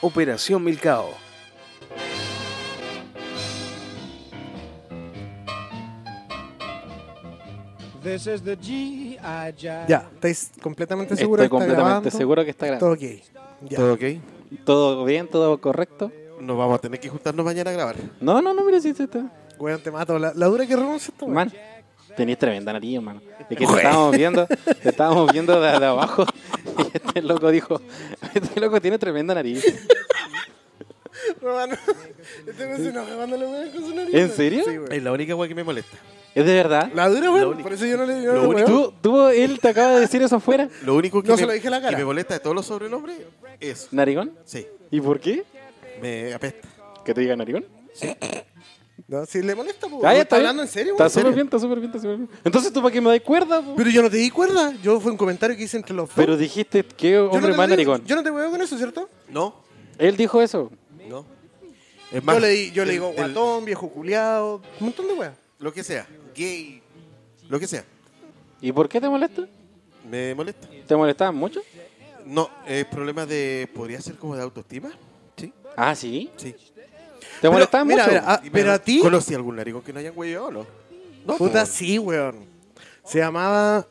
Operación Milcao. This is the G.I. Jive. Ya, ¿estáis completamente seguros? Estoy ¿Está completamente grabando? seguro que está Todo grabando. ok. Ya. ¿Todo ok? ¿Todo bien? ¿Todo correcto? Nos vamos a tener que juntarnos mañana a grabar. No, no, no, mira si se está. Weón, te mato. La, la dura que renuncia esta weá. Man, tenías tremenda nariz, hermano. Es que te estábamos viendo, te estábamos viendo de, de abajo. Y este loco dijo, este loco tiene tremenda nariz. Hermano, este weón se enoja cuando le weón con su nariz. ¿En serio? Sí, weón. Es la única weá que me molesta. ¿Es de verdad? La dura, weón. Por eso yo no le digo. Lo no, único- weón. ¿Tú, tú, él te acaba de decir eso afuera? Lo único que, No me, se lo dije a la cara. que me molesta de todos los sobrenombres es. ¿Narigón? Sí, ¿Y por qué? me apesta. ¿Que te diga narigón? No, si le molesta, po, Ah, ya, weón. está ¿Está bien. hablando en serio, Está weón? súper bien, está súper bien, está súper bien. Entonces, ¿tú para qué me das cuerda? po? Pero yo no te di cuerda. Yo fue un comentario que hice entre los dos. Pero dijiste que yo no hombre te más digo- narigón. Yo no te huevo con eso, ¿cierto? No, Él dijo eso. no. Es Yo le, di- yo le del- digo del- guatón, viejo culiado, un montón de weas. Lo que sea. Gay. Lo que sea. ¿Y por qué te molesta? Me molesta. ¿Te molestaban mucho? No, es problema de. ¿Podría ser como de autoestima? Sí, Ah, sí. sí. ¿Te molestaban mira, mucho? mira, ah, Y me- pero a ti. ¿Conocí algún narigón que no hayan huevido o no? No, Puta, po. sí, weón. Se llamaba.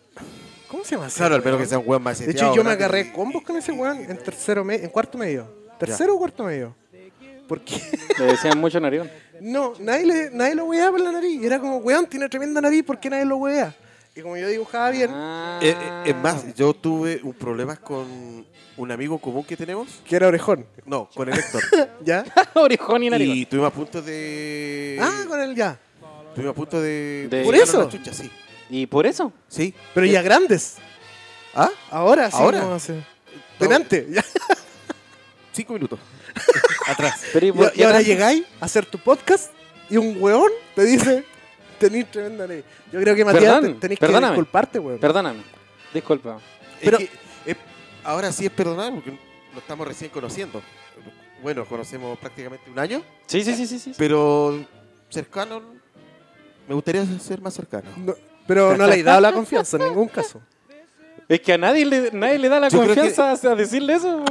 ¿Cómo se llama? ese Claro, al menos weón? que sea un weón más De hecho, seteado, yo me grande. agarré combos con ese weón en tercero me- en cuarto medio. ¿Tercero o cuarto medio? Porque Le decían mucho narigón. no, nadie, le- nadie lo weaba por la nariz. Y era como, weón, tiene tremenda nariz, ¿por qué nadie lo wea? Y como yo dibujaba bien, Ah. Eh, eh, es más, yo tuve un problema con un amigo común que tenemos. que era orejón. No, con el Héctor. ¿Ya? Orejón y narigón. y tuvimos a punto de. ah, con él ya. Tuvimos a punto de. De- de ¿Por sacarnos eso? la chucha, sí. ¿Y por eso? Sí. Pero ya grandes. ¿Ah? Ahora sí. ¿Ahora? como hace. Delante. Ya. Cinco minutos. Atrás. Pero ¿y Y, por y qué ahora tanto? llegáis a hacer tu podcast y un weón te dice, tenés tremenda nariz. Yo creo que Matías Perdón, te- tenés que perdóname. disculparte, weón. Perdóname. Disculpa. Pero- Es que, es- ahora sí es perdonar porque lo estamos recién conociendo. Bueno, conocemos prácticamente un año, Sí, sí, sí, sí. sí. pero cercano. Me gustaría ser más cercano. No, pero no le he dado la confianza en ningún caso. Es que a nadie le, nadie le da la Yo creo confianza a decirle eso.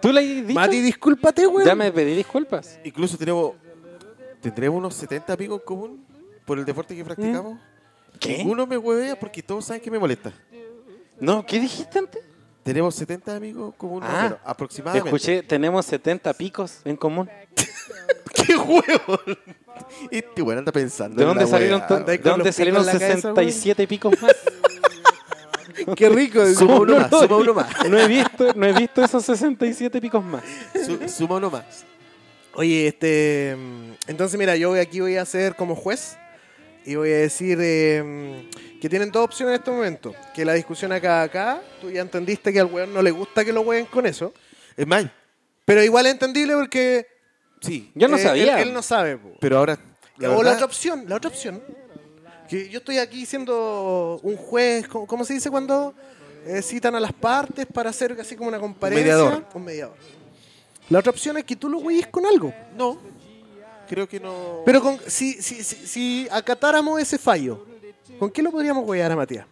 ¿Tú le has dicho? Mati, discúlpate, weón. ya me pedí disculpas. Incluso tenemos. Tendremos unos 70 amigos en común por el deporte que practicamos. ¿Qué? Ninguno me huevea porque todos saben que me molesta. No, ¿qué dijiste antes? Tenemos 70 amigos comunes, Ah. bueno, aproximadamente. Escuché, tenemos 70 picos en común. ¡Qué huevo! Este weón anda pensando. ¿De en dónde la salieron, weá. tan- andáis ¿de con dónde los salieron picos en la cabeza, 67 picos más? Qué rico. Suma uno No, más, no, suma uno más. No he, visto, no he visto esos 67 picos más. Su- suma uno más. Oye, este. mm, Entonces, mira, yo voy aquí voy a ser como juez y voy a decir eh, mm, que tienen dos opciones en este momento. Que la discusión acá, acá, tú ya entendiste que al weón no le gusta que lo ween con eso. Es más, Pero igual es entendible porque. sí. Yo no eh, sabía. Él, él no sabe, po. Pero ahora. La o la verdad, otra opción, la otra opción. Que yo estoy aquí siendo un juez, ¿cómo, cómo se dice cuando eh, citan a las partes para hacer así como una comparecencia? mediador. Un mediador. La otra opción es que tú lo güeyes con algo. no. Creo que no. Pero con, si, si, si, si acatáramos ese fallo, ¿con qué lo podríamos huear a Matías?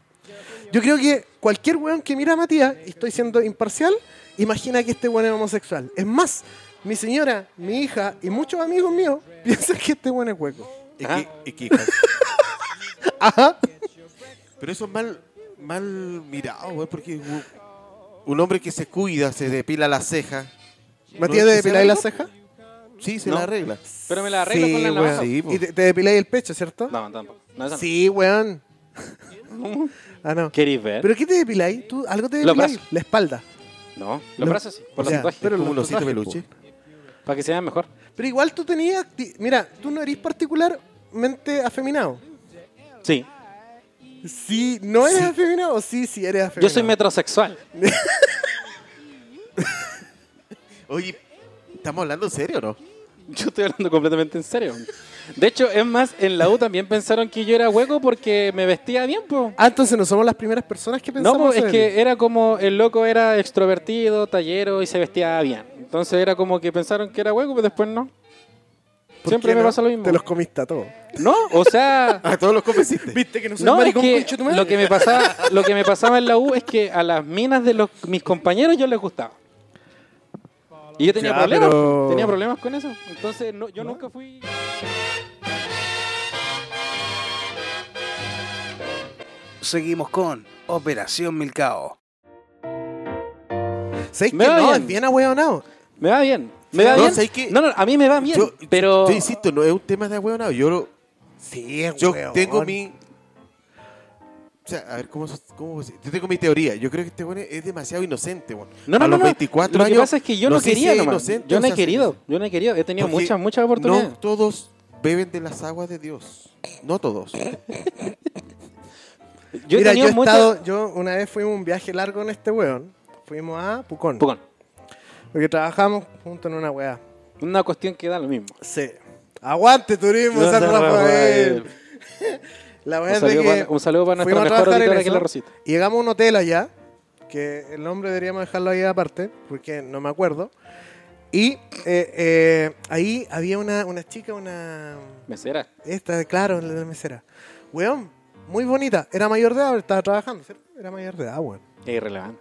Yo creo que cualquier weón que mira a Matías, y estoy siendo imparcial, imagina que este weón es homosexual. Es más, mi señora, mi hija y muchos amigos míos piensan que este weón es hueco. Es Ah. que- es que- Ajá. pero eso es mal, mal mirado, weón, porque u- un hombre que se cuida, se depila las cejas. Matías, ¿No ¿te es que sea depiláis la hueco? ceja? Sí, se No. la arregla. Pero me la arreglo con la weón. navaja. Sí, po. y te, te depiláis el pecho, ¿cierto? No, tampoco. No, esa no. Sí, weón. ah, no. ¿Queréis ver? ¿Pero qué te depiláis? ¿Tú algo te Los depiláis? brazos. La espalda. no, los Lo- brazos sí, por o los sea, tatuajes. pero Como los un osito tatuajes, peluche. Para que se vean mejor. Pero igual tú tenías. ti- Mira, tú no eres particularmente afeminado. Sí. Sí, no eres afeminado, sí, sí eres afeminado. Yo soy metrosexual. Oye, ¿estamos hablando en serio o no? Yo estoy hablando completamente en serio. De hecho, es más, en la U también pensaron que yo era hueco porque me vestía bien, po. Ah, entonces no somos las primeras personas que No, pensamos. po, es en él. que era como el loco era extrovertido, tallero y se vestía bien. Entonces era como que pensaron que era hueco, pero después no. ¿Por Siempre qué me no? pasa lo mismo. Te los comiste a todos. No, o sea, Ah, A todos los convenciste. Viste que no soy no, es maricón, que concha tu madre? lo que me pasaba, lo que me pasaba en la U es que a las minas de los mis compañeros yo les gustaba. Y yo tenía Ya, problemas. pero- Tenía problemas con eso. Entonces no, yo nunca fui. Seguimos con Operación Milcao. ¿Sabes que Me va no? bien. Es bien ahueonado. Me va bien. Me va No, bien. ¿sabes qué? No, no, a mí me va bien. Yo- pero. Yo insisto, no es un tema de huevonado. Yo, lo- Sí, es yo hueón. tengo mi. O sea, a ver, ¿cómo, se- cómo se- Yo tengo mi teoría. Yo creo que este weón es demasiado inocente, weón. No, no, no, a los no. 24 Lo años. que pasa es que yo no, sé si quería, es nomás. inocente Yo o no he se hace querido. inocente. Yo no he querido. He tenido Porque muchas, muchas oportunidades. No todos beben de las aguas de Dios. No todos. Yo he Mira, yo tenido he muchas. estado, yo una vez fuimos a un viaje largo en este weón. Fuimos a Pucón. Pucón, Porque trabajamos juntos en una weá. Una cuestión que da lo mismo. Sí. Aguante turismo San Rafael. La Un weá es de saludo, que para, un saludo para nuestra fuimos a mejor trabajar en auditora que es la eso. Rosita. Y Llegamos a un hotel allá, que el nombre deberíamos dejarlo ahí aparte, porque no me acuerdo. Y eh, eh, ahí había una, una chica, una... Mesera. Esta, claro, la de la mesera. Weón, muy bonita. Era mayor de edad, estaba trabajando, ¿cierto? Era mayor de edad, weón. Es irrelevante.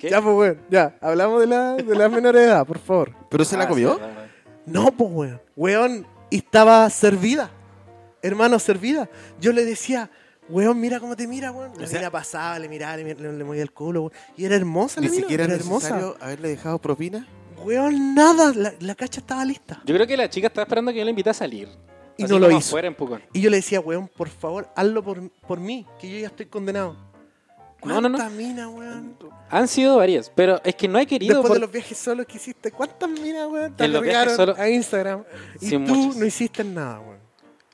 ¿Qué? Ya, pues, weón, ya. Hablamos de, la, de las menores de edad, por favor. ¿Pero se Ah, la sí, comió? verdad, verdad. No, pues, weón. Weón, y estaba servida. Hermano, servida. Yo le decía, weón, mira cómo te mira, weón. La O sea- mina pasaba, le miraba, le, mir- le- le movía el culo, weón. Y era hermosa la Ni mina, siquiera era era hermosa. necesario ah. haberle dejado propina. Weón, nada. La, la cacha estaba lista. Yo creo que la chica estaba esperando que yo la invite a salir. Y Así no lo como hizo. afuera en Pucón. Y yo le decía, weón, por favor, hazlo por, por mí, que yo ya estoy condenado. No, no, no. ¿Cuántas minas, weón? Han sido varias, pero es que no he querido. Después por- de los viajes solos que hiciste, ¿cuántas minas, weón? Te En los viajes agregaron solos- a Instagram. Y Sí, tú muchas. no hiciste nada, weón.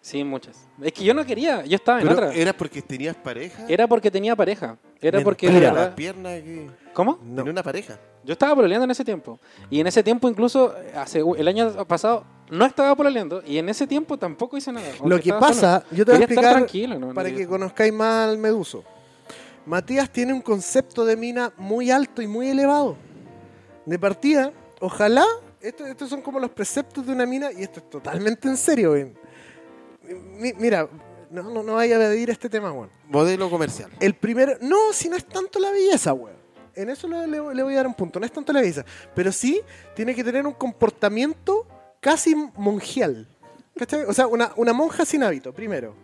Sí, muchas. Es que yo no quería, yo estaba en Pero otra. Era... ¿Era porque tenías pareja? porque tenía pareja. Era porque. de Mentira. Con las verdad- piernas? que- ¿Cómo? No. En una pareja. Yo estaba pololeando en ese tiempo. Y en ese tiempo, incluso, hace el año pasado, no estaba pololeando. Y en ese tiempo tampoco hice nada. aunque Lo que estaba pasa, solo. yo te voy a Quería explicar estar tranquilo, no- no para que digo- conozcáis más al Meduso. Matías tiene un concepto de mina muy alto y muy elevado. De partida, ojalá, esto- estos son como los preceptos de una mina, y esto es totalmente en serio, weón. Mi- mira, no, no, no vaya a pedir este tema, weón. Modelo comercial. El primero, no, si no es tanto la belleza, weón. En eso le, le- le voy a dar un punto, no es tanto la belleza, pero sí tiene que tener un comportamiento casi monjial. ¿Cachai? O sea, una, una monja sin hábito, primero.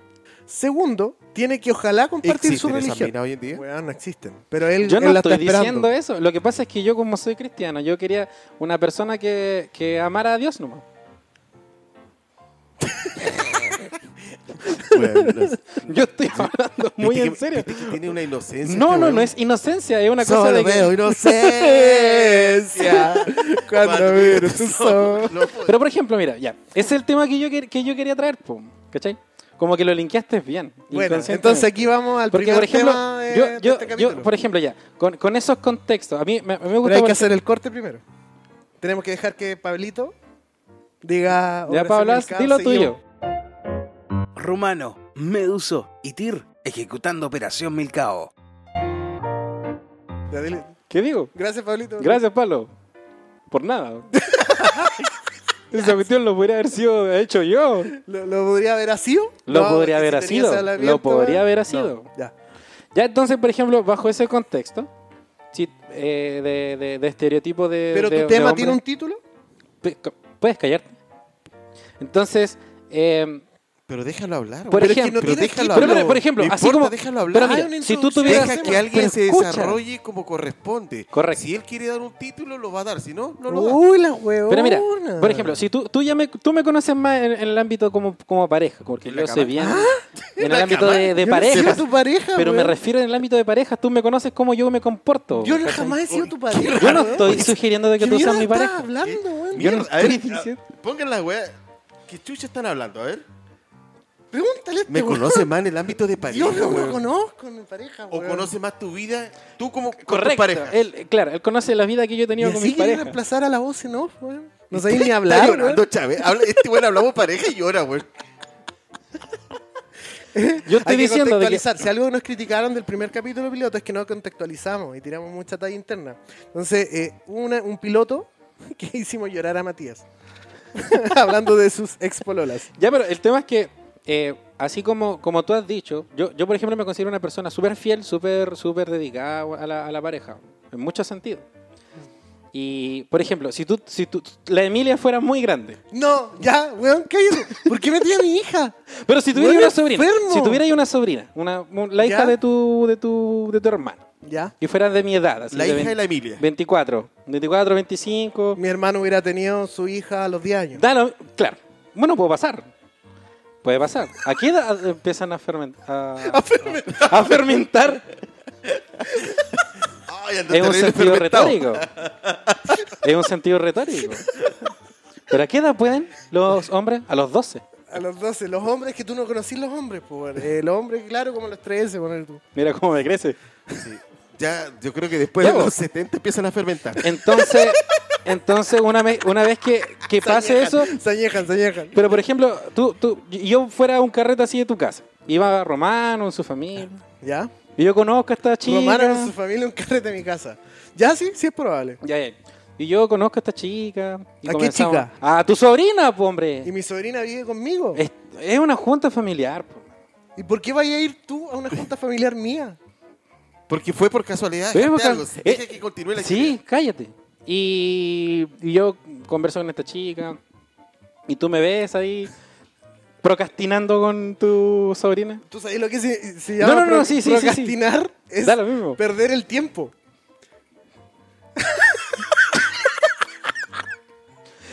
Segundo, tiene que ojalá compartir su ¿Existen esas religión. minas hoy en día? Weón, no existen, pero él, Yo él no la estoy está esperando. diciendo eso. Lo que pasa es que yo, como soy cristiano, yo quería una persona que, que amara a Dios nomás. Bueno, no sé. Yo estoy hablando muy Viste que- en serio. viste que tiene una inocencia. No, no, este weón. no es inocencia, es una cosa Solo de que- veo inocencia. Cuando miro tu sol. No puedo. Pero por ejemplo, mira, ya, ese es el tema que yo, quer- que yo quería traer, po, ¿cachai? Como que lo linkeaste bien. Bueno, inconscientemente. entonces aquí vamos al Porque, primer por ejemplo, tema de, yo, de yo- este yo, capítulo. por ejemplo, ya, con, con esos contextos, a mí me, a mí me gusta... Pero hay que porque- hacer el corte primero. Tenemos que dejar que Pablito diga. Ya, Operación Pablo, Milcao, dilo seguimos. tuyo. Rumano, Meduso y Tir ejecutando Operación Milcao. Ya, dile. ¿Qué digo? Gracias, Pablito. Gracias, Pablo. Por nada. Esa cuestión lo podría haber sido hecho yo. ¿Lo, lo podría haber sido? Lo No, podría si haber tenía ese sido. hablamiento, Lo podría weón. haber sido. Ya. Ya entonces, por ejemplo, bajo ese contexto, si, eh, de, de- de estereotipo de. Pero de- tu de tema hombre- tiene un título. Pe- ca- Puedes callarte. Entonces, eh, Pero déjalo hablar. Por weón. ejemplo- pero tiene déjalo pero, hablar. pero, por ejemplo, No así importa, como- déjalo hablar. pero Hay mira, una si tú introducción. tuvieras. Deja hacemos- que alguien pero se escucha. desarrolle como corresponde. Correcto. Uh, Si él quiere dar un título, lo va a dar. Si no, no lo da. Uy, la huevona. Pero mira, por ejemplo, si tú, tú ya me, tú me conoces más en, en el ámbito como, como pareja, porque En la yo sé cama. bien. En el la ámbito cama. de, de Yo no he sido parejas. tu pareja. Pero me weón. refiero en el ámbito de parejas, tú me conoces como yo me comporto. Yo no ¿cachai? jamás he sido tu pareja. Yo no weón. estoy sugiriendo de que ¿Qué tú seas mierda mi estás pareja. hablando, weón? Yo no Mierda, a ver, estoy diciendo- a- Pongan la weá. ¿Qué chucha están hablando? A ver. Pregúntale a este Me weón. conoce más en el ámbito de pareja. Yo no lo weón. conozco, mi pareja. O weón. conoce más tu vida, tú como con tus Correcto. parejas. Él, claro, él conoce la vida que yo he Y tenido con así mis quería parejas. reemplazar a la voz en off, weón. No Está sabía ni hablar, weón. llorando, Chávez. Habla- este weón hablamos pareja y llora, weón. Yo estoy Hay que diciendo de que contextualizar. Si algo nos criticaron del primer capítulo piloto es que no contextualizamos y tiramos mucha talla interna. Entonces, eh, una- un piloto que hicimos llorar a Matías. Hablando de sus ex pololas. Ya, pero el tema es que, eh, así como, como tú has dicho, yo, yo, por ejemplo, me considero una persona súper fiel, súper súper dedicada a la, a la pareja, en muchos sentidos. Y, por ejemplo, si tú, si tú, la Emilia fuera muy grande, No, ya, weón, cállate. ¿Por qué metí a mi hija? pero si tuviera Weón, una sobrina, enfermo. si tuviera una sobrina, una, mu- la hija ¿Ya? de tu, de tu, de tu hermano, Ya. y fuera de mi edad, así La de hija vein- de la Emilia. 24, 24, 25, Mi hermano hubiera tenido su hija a los 10 años. da lo- claro, bueno, puede pasar, puede pasar. ¿A qué edad empiezan a fermentar? A, a fermentar Ay, anda es un terrible sentido fermentado. retórico. es un sentido retórico. ¿Pero a qué edad pueden los hombres? A los 12. A los 12. Los hombres que tú no conocís, los hombres, pues. Eh, los hombres, claro, como los 13, poner tú. Mira cómo me crece. Ya, yo creo que después Ya, de vos. los 70 empiezan a fermentar. Entonces, entonces una, me- una vez que, que pase eso, Se añejan, se añejan. pero por ejemplo, tú, tú, yo fuera a un carrete así de tu casa, iba Romano en su familia, ¿Ya? y yo conozco a esta chica. Romaron a su familia un carrete de mi casa. Ya sí, sí es probable. Ya, ya. Y yo conozco a esta chica. Y ¿A qué comenzamos- chica? A tu sobrina, po, Y hombre. mi sobrina vive conmigo. Es, es una junta familiar, po. ¿Y por qué vaya a ir tú a una junta familiar mía? Porque fue por casualidad. Sí, dejaste porque- algo. eh, Deja que continúe la Sí, cállate. Y, y yo converso con esta chica y tú me ves ahí procrastinando con tu sobrina. ¿Tú sabes lo que se, se llama No, no, no, pro- sí, sí, sí, sí. procrastinar? Es Da lo mismo. perder el tiempo.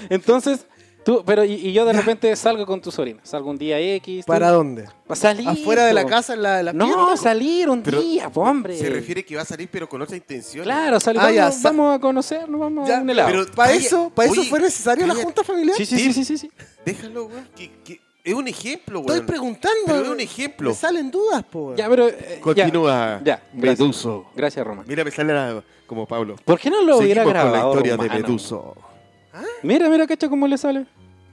Entonces, tú, pero y, y yo de repente salgo con tu sobrina. Salgo un día X. tú- ¿Para dónde? Pa' salir, ¿Afuera de la po. casa, en la, en la No, pierna? salir un Pero día, po, hombre. Se refiere que va a salir, pero con otra intención. Claro, salir. Ah, vamos, ya, sa- vamos a conocernos, vamos Ya, a un helado. pero- ¿Para Oye, eso, para eso oye, fue necesario la oye, junta familiar? sí, sí, sí, sí, sí, sí. Déjalo, weón. que- que- Es un ejemplo, weón. Estoy preguntando. Pero es un ejemplo. Me salen dudas, po. Ya, pero. eh, ya. Continúa. Ya, gracias. Meduso. Gracias, Román. Mira, me sale la- como Pablo. ¿Por qué no lo hubiera Seguimos con grabado? la historia de Romano? Meduso. Mira, mira, cacha cómo le sale.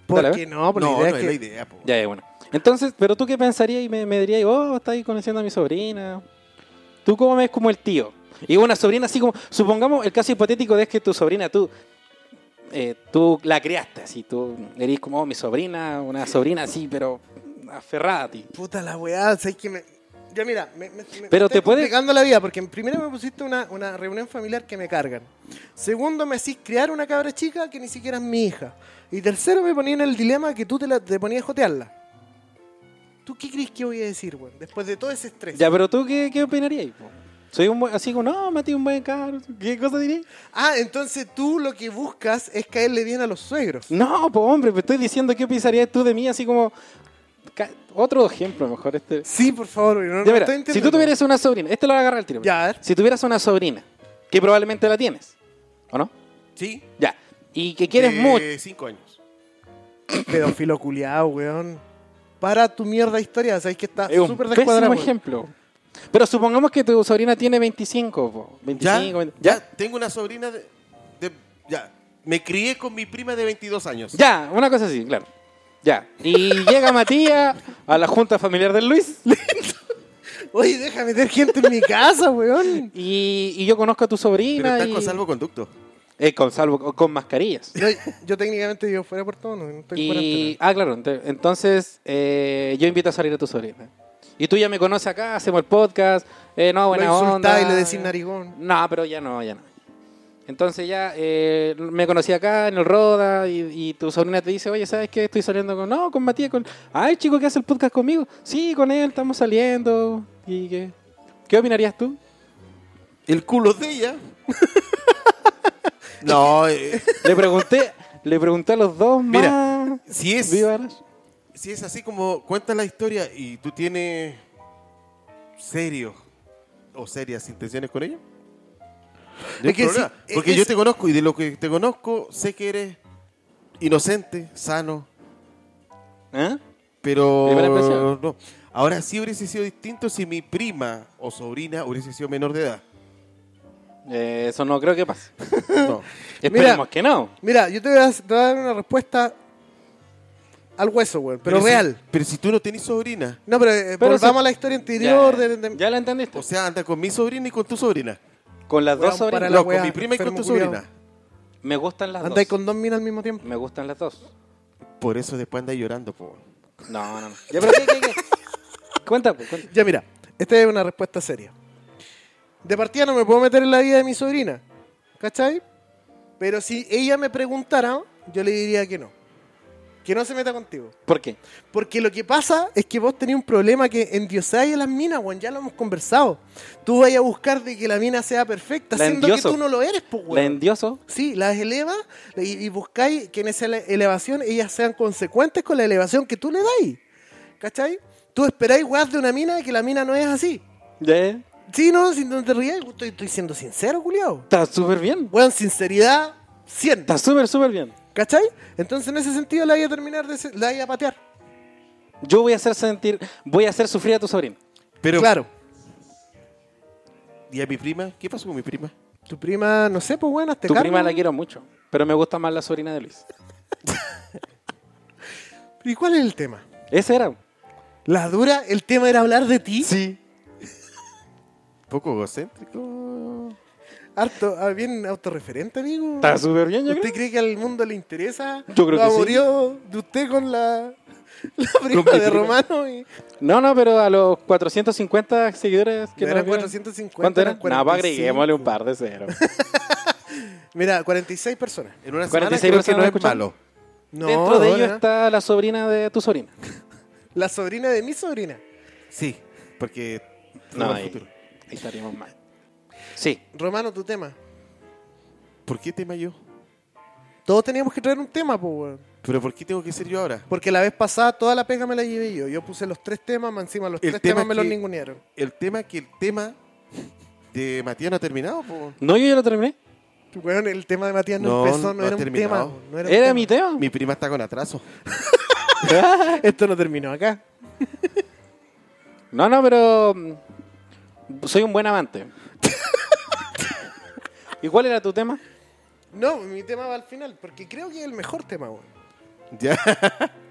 ¿Por Dale, a ver. qué no? Por la no, idea no es es la que- idea, po. Ya, ya, bueno. Entonces, pero tú qué pensarías y me, me dirías, oh, está ahí conociendo a mi sobrina. Tú cómo me ves como el tío. Y una sobrina así como, supongamos el caso hipotético de es que tu sobrina, tú, eh, tú la criaste así, tú eres como oh, mi sobrina, una sobrina así, pero aferrada a ti. Puta la weá, sabes que me. Ya mira, me, me- me- Pero me te estás puede- complicando la vida, porque en primero me pusiste una, una reunión familiar que me cargan. Segundo, me hacís criar una cabra chica que ni siquiera es mi hija. Y tercero, me ponía en el dilema que tú te, la, te ponías a jotearla. ¿Tú qué crees que voy a decir, weón? Después de todo ese estrés. Ya, pero tú qué, qué opinarías? po? Soy un buen- así como, no, Mati, un buen carro. ¿Qué cosa dirías? Ah, entonces tú lo que buscas es caerle bien a los suegros. No, pues hombre, me estoy diciendo qué pensarías tú de mí, así como. Ca- Otro ejemplo, mejor este. Sí, por favor, weón, no, no Ya, mira, estoy si entendiendo. tú tuvieras una sobrina, este lo agarra el tiro. Ya, a ver. Si tuvieras una sobrina, que probablemente la tienes, ¿o no? Sí. Ya. Y que quieres de mucho. cinco años. Pedófilo culiao, weón. Para tu mierda historia, sabes que está Es un ah, súper pésimo descuadrado. weón. ejemplo. Pero supongamos que tu sobrina tiene 25, po, 25, 20, ya, ya. tengo una sobrina de, de- Ya. Me crié con mi prima de 22 años. Ya, una cosa así, claro. Ya. Y llega Matías a la junta familiar del Luis. Oye, deja meter gente en mi casa, weón. Y, y yo conozco a tu Pero sobrina. están y- con salvoconducto. Eh, con salvo, con mascarillas. Yo, yo técnicamente vivo fuera de Puerto Montt, no estoy fuera Y, ah, claro. ente- Entonces, eh, yo invito a salir a tu sobrina. Y tú ya me conoces acá, hacemos el podcast. eh, no, buena insultás onda. y le decís narigón. No, pero ya no, ya no. Entonces ya eh, me conocí acá en el Roda y, y tu sobrina te dice, oye, ¿sabes qué? Estoy saliendo con... No, con Matías, con... Ay, chico, que hace el podcast conmigo. Sí, con él estamos saliendo. ¿Y qué? ¿Qué opinarías tú? El culo de ella. no, eh, Le pregunté, le pregunté a los dos Mira, más... si es. vívaras. Si es así como cuenta la historia y tú tienes serios o serias intenciones con ella. No hay Es que problema, sí, es- porque es- yo te conozco y de lo que te conozco sé que eres inocente, sano, ¿Eh? Primera pero impresión. no. Ahora sí hubiese sido distinto si mi prima o sobrina hubiese sido menor de edad. Eh, eso no creo que pase. No. Esperemos que no. Mira, yo te voy, a, te voy a dar una respuesta al hueso, weón, pero, si- real. pero si tú no tenés sobrina, No, pero, eh, Pero volvamos si- a la historia anterior. ya, de- de- ya la entendiste. o sea, anda con mi sobrina y con tu sobrina. con las Weón, dos sobrinas. para la No, con weá, mi prima y con enfermo tu culiao. sobrina. Me gustan las Andáis dos. con dos minas al mismo tiempo. Me gustan las dos. Por eso después andas llorando, po. No, no, no. Ya, pero ¿qué, qué, qué? Cuenta, pues, cuenta. Ya, mira, esta es una respuesta seria. De partida no me puedo meter en la vida de mi sobrina. ¿Cachai? Pero si ella me preguntara, yo le diría que no. Que no se meta contigo. ¿Por qué? Porque lo que pasa es que vos tenés un problema que endiosáis a las minas, weón. Ya lo hemos conversado. Tú vas a buscar de que la mina sea perfecta, La siendo endioso. que tú no lo eres, pues, ¿La weón. endioso? Sí, las eleva y, y buscáis que en esa ele- elevación ellas sean consecuentes con la elevación que tú le dais. ¿Cachai? Tú esperáis weas de una mina que la mina no es así. Ya, Sí, no, si no te rías, estoy, estoy siendo sincero, culiao. Está súper bien. Weón, sinceridad, 100. Está súper, súper bien. ¿Cachai? Entonces en ese sentido la voy a terminar, de se- la voy a patear. Yo voy a hacer sentir, voy a hacer sufrir a tu sobrino. Pero, Claro. ¿y a mi prima? ¿Qué pasó con mi prima? Tu prima, no sé, pues bueno, te Tu cargo. prima la quiero mucho, pero me gusta más la sobrina de Luis. ¿Y cuál es el tema? Ese era. La dura, el tema era hablar de ti. Sí. Poco egocéntrico. Harto, ah, bien autorreferente, amigo. Está súper bien, yo ¿Usted creo. cree que al mundo le interesa? Yo lo creo que sí. amorío de usted con la, la prima mi de prima. Romano y No, no, pero a los 450 seguidores que No eran nos vieron- 450, ¿Cuánto eran? eran No, pues 45. agreguémosle un par de ceros. mira, 46 personas. En una 46 semana creo personas que no es escuchando. malo. No, Dentro de ellos no. está la sobrina de tu sobrina. la sobrina de mi sobrina. Sí, porque... No, al ahí, futuro. ahí estaríamos mal. Sí, Romano, tu tema. ¿Por qué tema yo? Todos teníamos que traer un tema, pues, weón. ¿Pero por qué tengo que ser yo ahora? Porque la vez pasada toda la pega me la llevé yo. Yo puse los tres temas, más encima los El tres tema temas me los que- ningunearon. El tema que el tema de Matías no ha terminado. po. no, yo ya lo terminé. Weón, el tema de Matías no, No, empezó, no, no ha era un tema. terminado. weón, no era un Era tema. mi tema. Mi prima está con atraso. Esto no terminó acá. No, no, pero mm, soy un buen amante. ¿Y cuál era tu tema? No, mi tema va al final, porque creo que es el mejor tema, weón. Ya.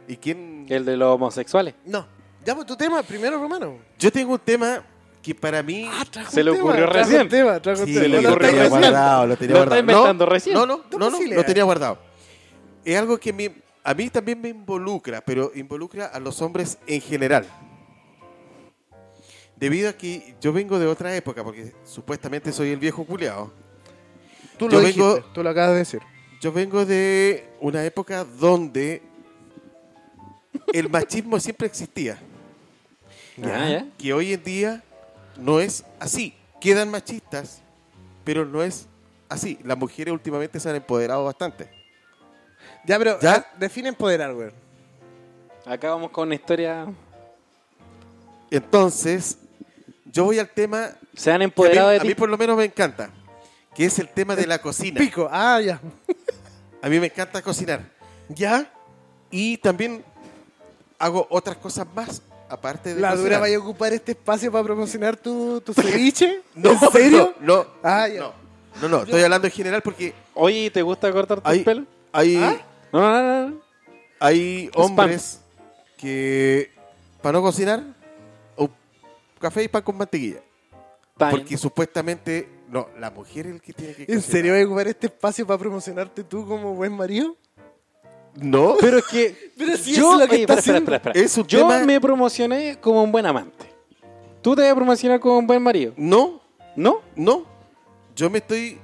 ¿Y quién? El de los homosexuales. No, ya pues, tu tema primero, Romano. Yo tengo un tema que para mí... Se le Un tema, ocurrió trajo recién. un tema, trajo un Sí, tema. No lo lo tenía ocurrió estáis recién. guardado, lo tenía Lo está guardado. inventando recién. No, no, Dos no, no, posibilidades. lo tenía guardado. Es algo que me- a mí también me involucra, pero involucra a los hombres en general. Debido a que yo vengo de otra época, porque supuestamente soy el viejo culeado. Tú lo Yo dijiste, vengo- tú lo acabas de decir. Yo vengo de una época donde el machismo siempre existía. Ya, ya. que hoy en día no es así. Quedan machistas, pero no es así. Las mujeres últimamente se han empoderado bastante. Ya, pero ¿Ya? ah, define empoderar, weón. Acá vamos con una historia. Entonces, yo voy al tema Se han que a empoderado mí, de a mí ti. por lo menos me encanta, que es el tema de la cocina. Pico, ah, ya. A mí me encanta cocinar. ¿Ya? Y también hago otras cosas más, aparte de La cocinar. dura vaya a ocupar este espacio para promocionar tu, tu ceviche. No, ¿En serio? No, no, Ah, ya. no, no, no, estoy hablando en general porque Oye, ¿y ¿te gusta cortar tus hay, pelos? hay, ¿Ah? No, no, no, no. Hay hombres que para no cocinar, o café y pan con mantequilla. Está bien. Porque supuestamente, no, la mujer es el que tiene que ¿En cocinar. serio vas a ocupar este espacio para promocionarte tú como buen marido? No, Pero es que. Pero si eso es lo que está espera, espera, haciendo. espera, espera. Es un Yo tema- me promocioné como un buen amante. Tú te vas a promocionar como un buen marido, no, ¿no? no. Yo me estoy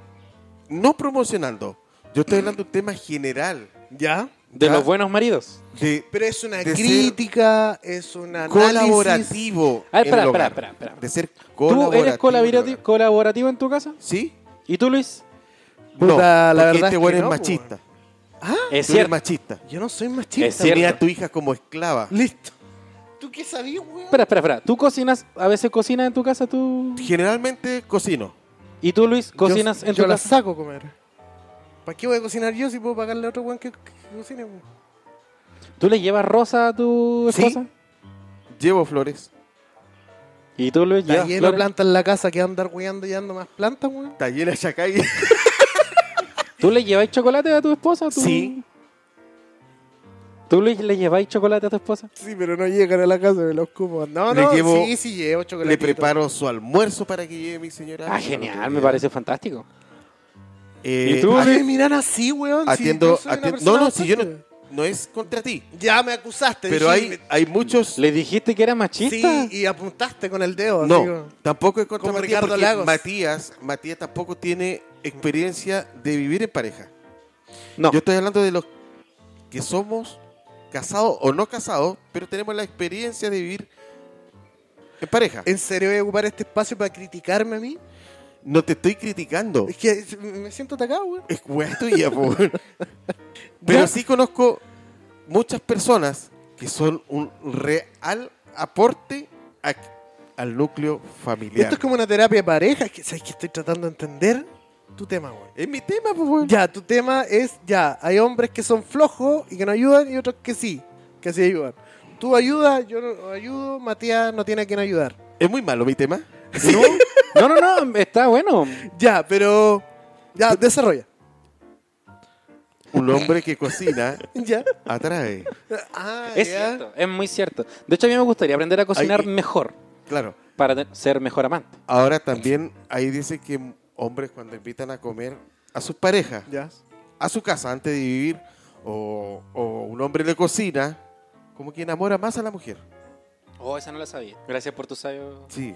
no promocionando. Yo estoy hablando de un tema general. ¿Ya? De ¿ya? los buenos maridos. De Pero es una De ser crítica, es un análisis. colaborativo. Ah, espera, espera, en el hogar. espera, espera. De ser ¿Tú colaborativo. eres en el colaborativo, hogar. colaborativo en tu casa? ¿Sí? ¿Y tú, Luis? Puta, no, la porque verdad es este que bueno es no, pues, machista. Es Tú eres cierto. machista. Yo no soy machista. Es cierto. Tenía a tu hija como esclava. Listo. ¿Tú qué sabías, weón? Espera, espera, espera. ¿Tú cocinas? ¿A veces cocinas en tu casa tú? Generalmente cocino. ¿Y tú, Luis, cocinas yo, en tu yo la casa? saco a comer. ¿Para qué voy a cocinar yo si puedo pagarle a otro weón que, que cocine? weón? ¿Tú le llevas rosa a tu Sí. esposa? Llevo flores. ¿Y tú, Luis, Está llevas lleno de flores? plantas en la casa que va a andar weando y dando más plantas, weón. Taller Yacay. ¿Tú le lleváis chocolate a tu esposa? ¿Tú? Sí. ¿Tú, Luis, le lleváis chocolate a tu esposa? Sí, pero no llegan a la casa, me los como. No, Le no, llevo- sí, sí, llevo chocolate. Le preparo su almuerzo para que lleve mi señora. Ah, genial, me parece fantástico. Eh, ¿Y tú? ¿Por qué at- me miran así, weón? Si Atiendo, yo soy una atiendo- persona No, no, si yo no, bastante. no es contra ti. Ya me acusaste. Pero dije, hay, hay muchos. ¿Le dijiste que era machista? Sí, y apuntaste con el dedo. así No, como- tampoco es contra como Matías, Ricardo porque Lagos. Matías. Matías tampoco tiene experiencia de vivir en pareja. No. Yo estoy hablando de los que somos casados o no casados, pero tenemos la experiencia de vivir en pareja. ¿En serio voy a ocupar este espacio para criticarme a mí? No te estoy criticando. Es que es- me siento atacado, güey. Es weá tuya, po. Pero sí conozco muchas personas que son un real aporte a- al núcleo familiar. Esto es como una terapia de pareja. Es que, ¿Sabes que estoy tratando de entender tu tema, güey? Es mi tema, po, weón. Ya, tu tema es, ya, hay hombres que son flojos y que no ayudan y otros que sí, que sí ayudan. Tú ayudas, yo no ayudo, Matías no tiene a quien ayudar. Es muy malo mi tema. No, no, no, está bueno. Ya, pero... Ya, desarrolla. Un hombre que cocina Ya. atrae. Ah, Es ya. cierto, es muy cierto. De hecho, a mí me gustaría aprender a cocinar Ay. eh. mejor Claro. para te- ser mejor amante. Ahora también ahí dice que hombres cuando invitan a comer a sus parejas, Ya. a su casa antes de vivir, o, o un hombre le cocina, como que enamora más a la mujer. Oh, esa no la sabía. Gracias por tu sabio. Sí.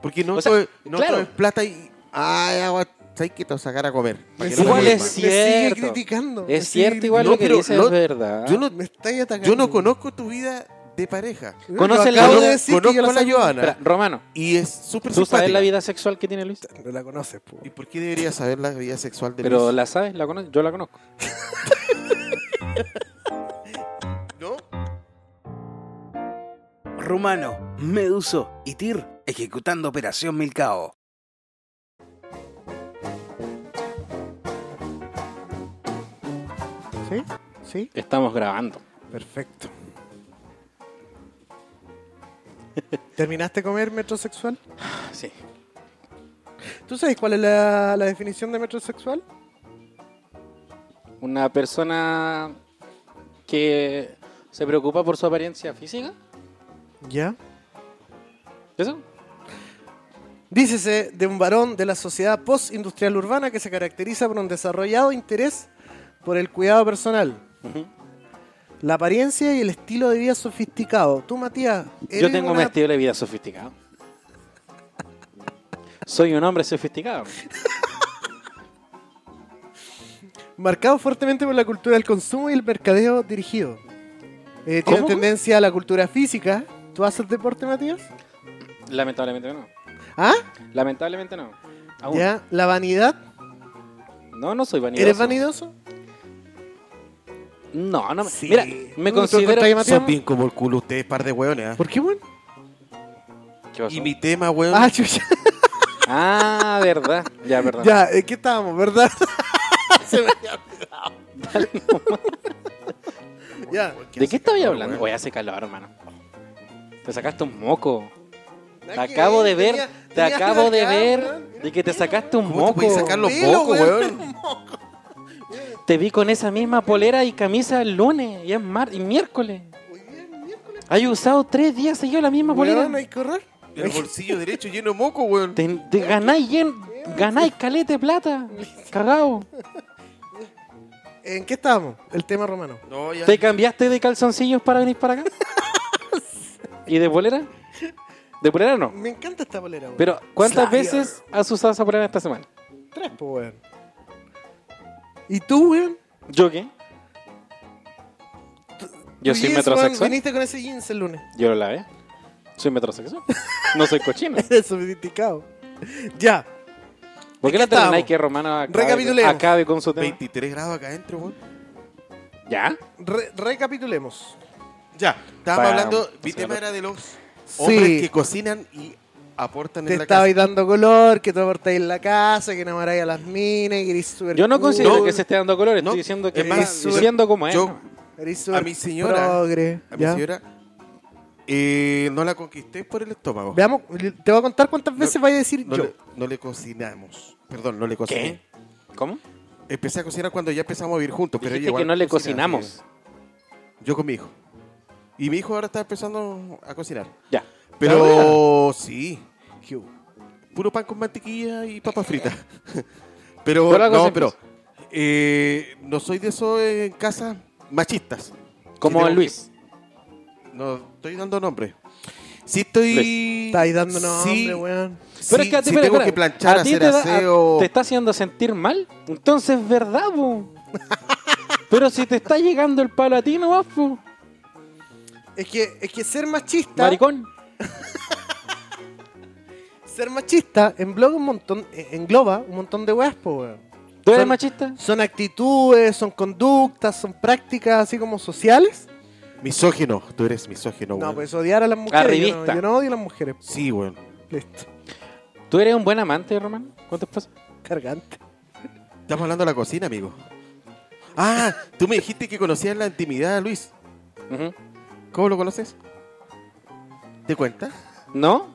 Porque no, O sea, todo, no claro. todo es plata y. ah, Ay, agua, hay que te vas a sacar a comer. para que no Igual te es vuelvan. Me sigue cierto. criticando. Me Es sigue cierto, igual no, lo que pero dices no- es verdad. Yo no, Me estáis atacando. yo no conozco tu vida de pareja. Conoce Lo acabo la- de decir que conozco yo la a la sabía. Joana Espera, Romano, y es súper ¿tú sabes la simpática. vida sexual que tiene Luis? No la conoces, po. ¿Y por qué debería saber la vida sexual de Pero Luis? la sabes, la cono- yo la conozco. ¿No? Rumano, Meduso y Tir ejecutando Operación Milcao. ¿Sí? ¿Sí? Estamos grabando. Perfecto. ¿Terminaste de comer metrosexual? Sí. ¿Tú sabes cuál es la, la definición de metrosexual? Una persona que se preocupa por su apariencia física. Ya. ¿Eso? Dícese de un varón de la sociedad postindustrial urbana que se caracteriza por un desarrollado interés por el cuidado personal, la apariencia y el estilo de vida sofisticado. Tú, Matías, Yo eres tengo un una- estilo de vida sofisticado. Soy un hombre sofisticado. marcado fuertemente por la cultura del consumo y el mercadeo dirigido. Eh, tiene ¿Cómo, cómo? tendencia a la cultura física. ¿Tú haces deporte, Matías? Lamentablemente no. ¿Ah? Lamentablemente no. Aún. ¿Ya? ¿La vanidad? No, no soy vanidoso. ¿Eres vanidoso? No, no. me- Sí. Mira, ¿Tú me te encontrás, considero. Matías? Son bien como el culo ustedes, par de hueones. ¿ah? ¿Por qué, bueno? ¿Qué pasó? Y mi tema, hueón. Ah, chucha. Ah, verdad. Ya, verdad. Ya, ¿en qué estábamos, verdad? ya. ¿De qué estaba hablando? Oye, hace calor, hermano. Te sacaste un moco. Te acabo de ver, te acabo de ver de que te sacaste un ¿Cómo te moco. podéis sacar los Velo, mocos, weón. weón? Te vi con esa misma polera y camisa el lunes y es mar y miércoles. Hay usado tres días seguidos la misma polera. Weón, hay que correr. El bolsillo derecho lleno de moco, weón. Te, te ganáis yen, ganáis calete plata. Cagao. ¿En qué estábamos? El tema romano. No, ya. ¿Te cambiaste de calzoncillos para venir para acá? ¿Y de polera? De polera no. Me encanta esta polera, weón. Pero, ¿cuántas Slayer. veces has usado esa polera esta semana? Tres, po, Pues, weón. ¿Y tú, weón? ¿Yo qué? Yo Tú soy jeans, weón, metrosexual. Viniste con ese jeans el lunes. Yo lo lavé. Soy metrosexual. No soy cochino. Eres sofisticado. Ya. ¿Por qué la estábamos? termináis que Romano acabe, Recapitulemos. acabe con su tema? 23 grados acá adentro, weón. ¿Ya? re- recapitulemos. Ya, estábamos Pam. hablando. Mi Sí, tema la- era de los Sí. hombres que cocinan y aportan Te en la casa. estabais dando color, que te aportáis en la casa, que enamoráis a las minas, que eres súper Yo no cool, considero No, que se esté dando colores. no, Estoy diciendo que es más, más, yo- diciendo cómo es. Yo, nomás. eres súper mi señora, progre, a mi ¿ya? señora, eh, no la conquisté por el estómago. Veamos, te voy a contar cuántas veces No- vais a decir No, yo. Le, no le cocinamos. Perdón, no le ¿Qué? cociné. ¿Cómo? Empecé a cocinar cuando ya empezamos a vivir juntos. Pero Dijiste ella que igual no le cocina, así cocinamos. que Yo con mi hijo. Y mi hijo ahora está empezando a cocinar. Ya. Pero sí. "Uh, Puro pan con mantequilla y papas fritas. pero Pero algo no, se pero eh, no soy de esos en casa machistas. Como Sí, tengo Luis. No estoy dando nombre. Sí estoy... Estáis dando sí, nombre, weón. Pero es sí, que a ti, sí pero tengo espera, que planchar, ¿a ti hacer te, da- aseo. te está haciendo sentir mal? Entonces, ¿verdad, po? Pero si te está llegando el palo a ti, no vas, po. Es que, es que ser machista. Maricón. Ser machista engloba un montón, eh, engloba un montón de weas, po, weón. ¿Tú eres Son- machista? Son actitudes, son conductas, son prácticas así como sociales. Misógino, tú eres misógino, No, weón. pues odiar a las mujeres. Yo no, Arribista. yo no odio a las mujeres. Sí, weón. Listo. ¿Tú eres un buen amante, Román? ¿Cuánto pasa? Cargante. Estamos hablando de la cocina, amigo. Ah, tú me dijiste que conocías la intimidad, Luis. ¿Cómo lo conoces? ¿Te cuentas? ¿No?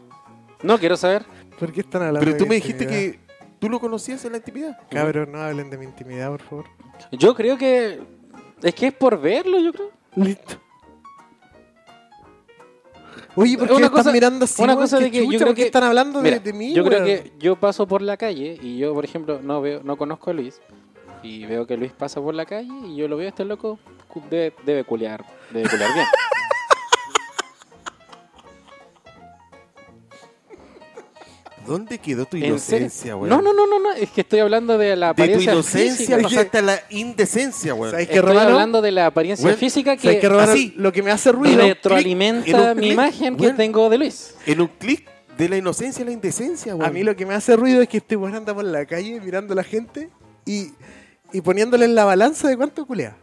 No quiero saber. ¿Por qué están hablando Pero de tú mi me dijiste intimidad? que tú lo conocías en la intimidad. Cabros, no hablen de mi intimidad, por favor. Yo creo que. Es que es por verlo, yo creo. Listo. Oye, ¿por qué Una me estás cosa- mirando así? una weón? cosa ¿Qué de que yo chucha? creo ¿Por qué que- están hablando de- Mira, de, mí? yo creo weón? que yo paso por la calle y yo, por ejemplo, no veo, no conozco a Luis. Y veo que Luis pasa por la calle y yo lo veo, este loco cu- debe, debe culear. Debe culear bien. ¿Dónde quedó tu ¿En serio? inocencia, weón? No, no, no, no, no, es que estoy hablando de la De tu apariencia inocencia física. pasaste a la indecencia, weón. ¿Sabes qué, Estoy Romano? hablando de la apariencia Bueno, física ¿Sabes que, qué, Romano? así. Lo que me hace ruido. clic, en retroalimenta un mi clic, imagen que bueno. tengo de Luis. En un clic de la inocencia a la indecencia, weón. A mí lo que me hace ruido es que este weón anda por la calle mirando a la gente y, y poniéndole en la balanza de cuánto culea.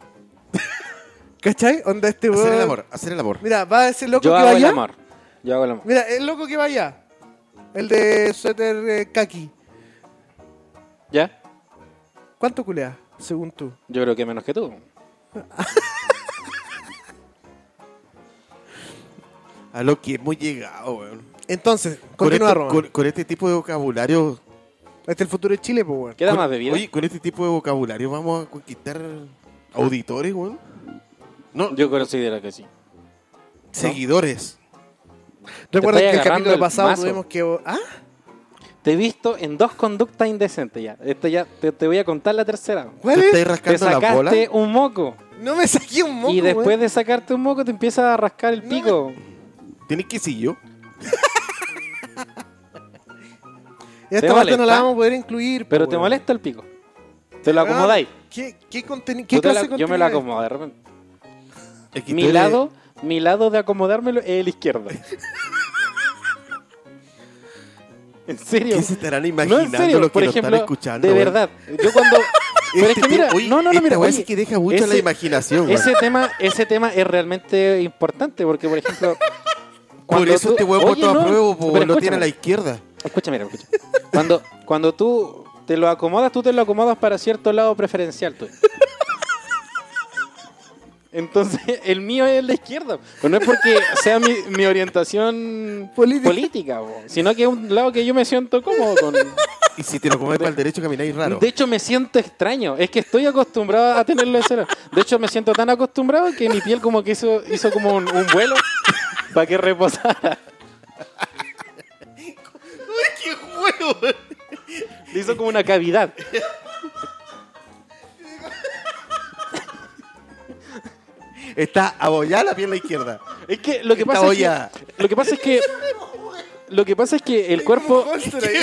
¿Cachai? Onda este weón. Hacer el amor, hacer el amor. Mira, va ese loco Yo que hago va el allá. amor. Yo hago el amor. Mira, el loco que va allá. El de suéter eh, kaki. ¿Ya? ¿Cuánto culea, según tú? Yo creo que menos que tú. A lo que hemos llegado, weón. Entonces, Con, continúa, este- Román. con- con este tipo de vocabulario. Este es el futuro de Chile, pues, weón. ¿Queda con- más bebida? Oye, con este tipo de vocabulario vamos a conquistar auditores, weón. No, Yo considero que sí. seguidores. Recuerden que estáis el capítulo agarrando el pasado mazo. tuvimos que. ¿Ah? Te he visto en dos conductas indecentes ya. Esta ya te, te voy a contar la tercera. ¿Cuál ¿Te es? estáis Te rascando la bola? sacaste un moco. No me saqué un moco. y después weón. de sacarte un moco te empiezas a rascar el pico. ¿Tienes que seguir yo? Esta ¿Te parte no la molesta? vamos a poder incluir. Pero pues, te weón. molesta el pico. Te Ah, lo Weón, acomodáis. ¿Qué, qué, conten- Yo qué te clase la- de yo me lo contenido es? acomodo de repente. Es que Mi tú eres- lado, mi lado de acomodármelo es el izquierdo. ¿En serio? ¿Qué se estarán No, en imaginando serio, lo que por nos ejemplo, están escuchando? de weón? verdad. Yo cuando Pero es Este que mira, tipo- oye, no, no, no, esta mira, weá oye, sí que deja mucho a la ese- imaginación, weón. ese tema, ese tema es realmente importante porque por ejemplo Por cuando eso tú- este weón Oye, votó a no, prueba, po, pero weón, lo tiene escúchame. a la izquierda. Escúchame, mira, escucha. Cuando, cuando tú te lo acomodas, tú te lo acomodas para cierto lado preferencial tuyo. Entonces, el mío es el de izquierda. Pero no es porque sea mi, mi orientación Política. política, po, sino que es un lado que yo me siento cómodo con. Y si te lo comes para el derecho, camináis raro. De hecho, me siento extraño. Es que estoy acostumbrado a tenerlo de cero. De hecho, me siento tan acostumbrado que mi piel como que hizo, hizo como un, un vuelo para que reposara. ¡Qué juego, weón! Le hizo como una cavidad. Está abollada la pierna izquierda. Es que lo que Esta pasa olla. es que, lo que pasa es que lo que pasa es que el cuerpo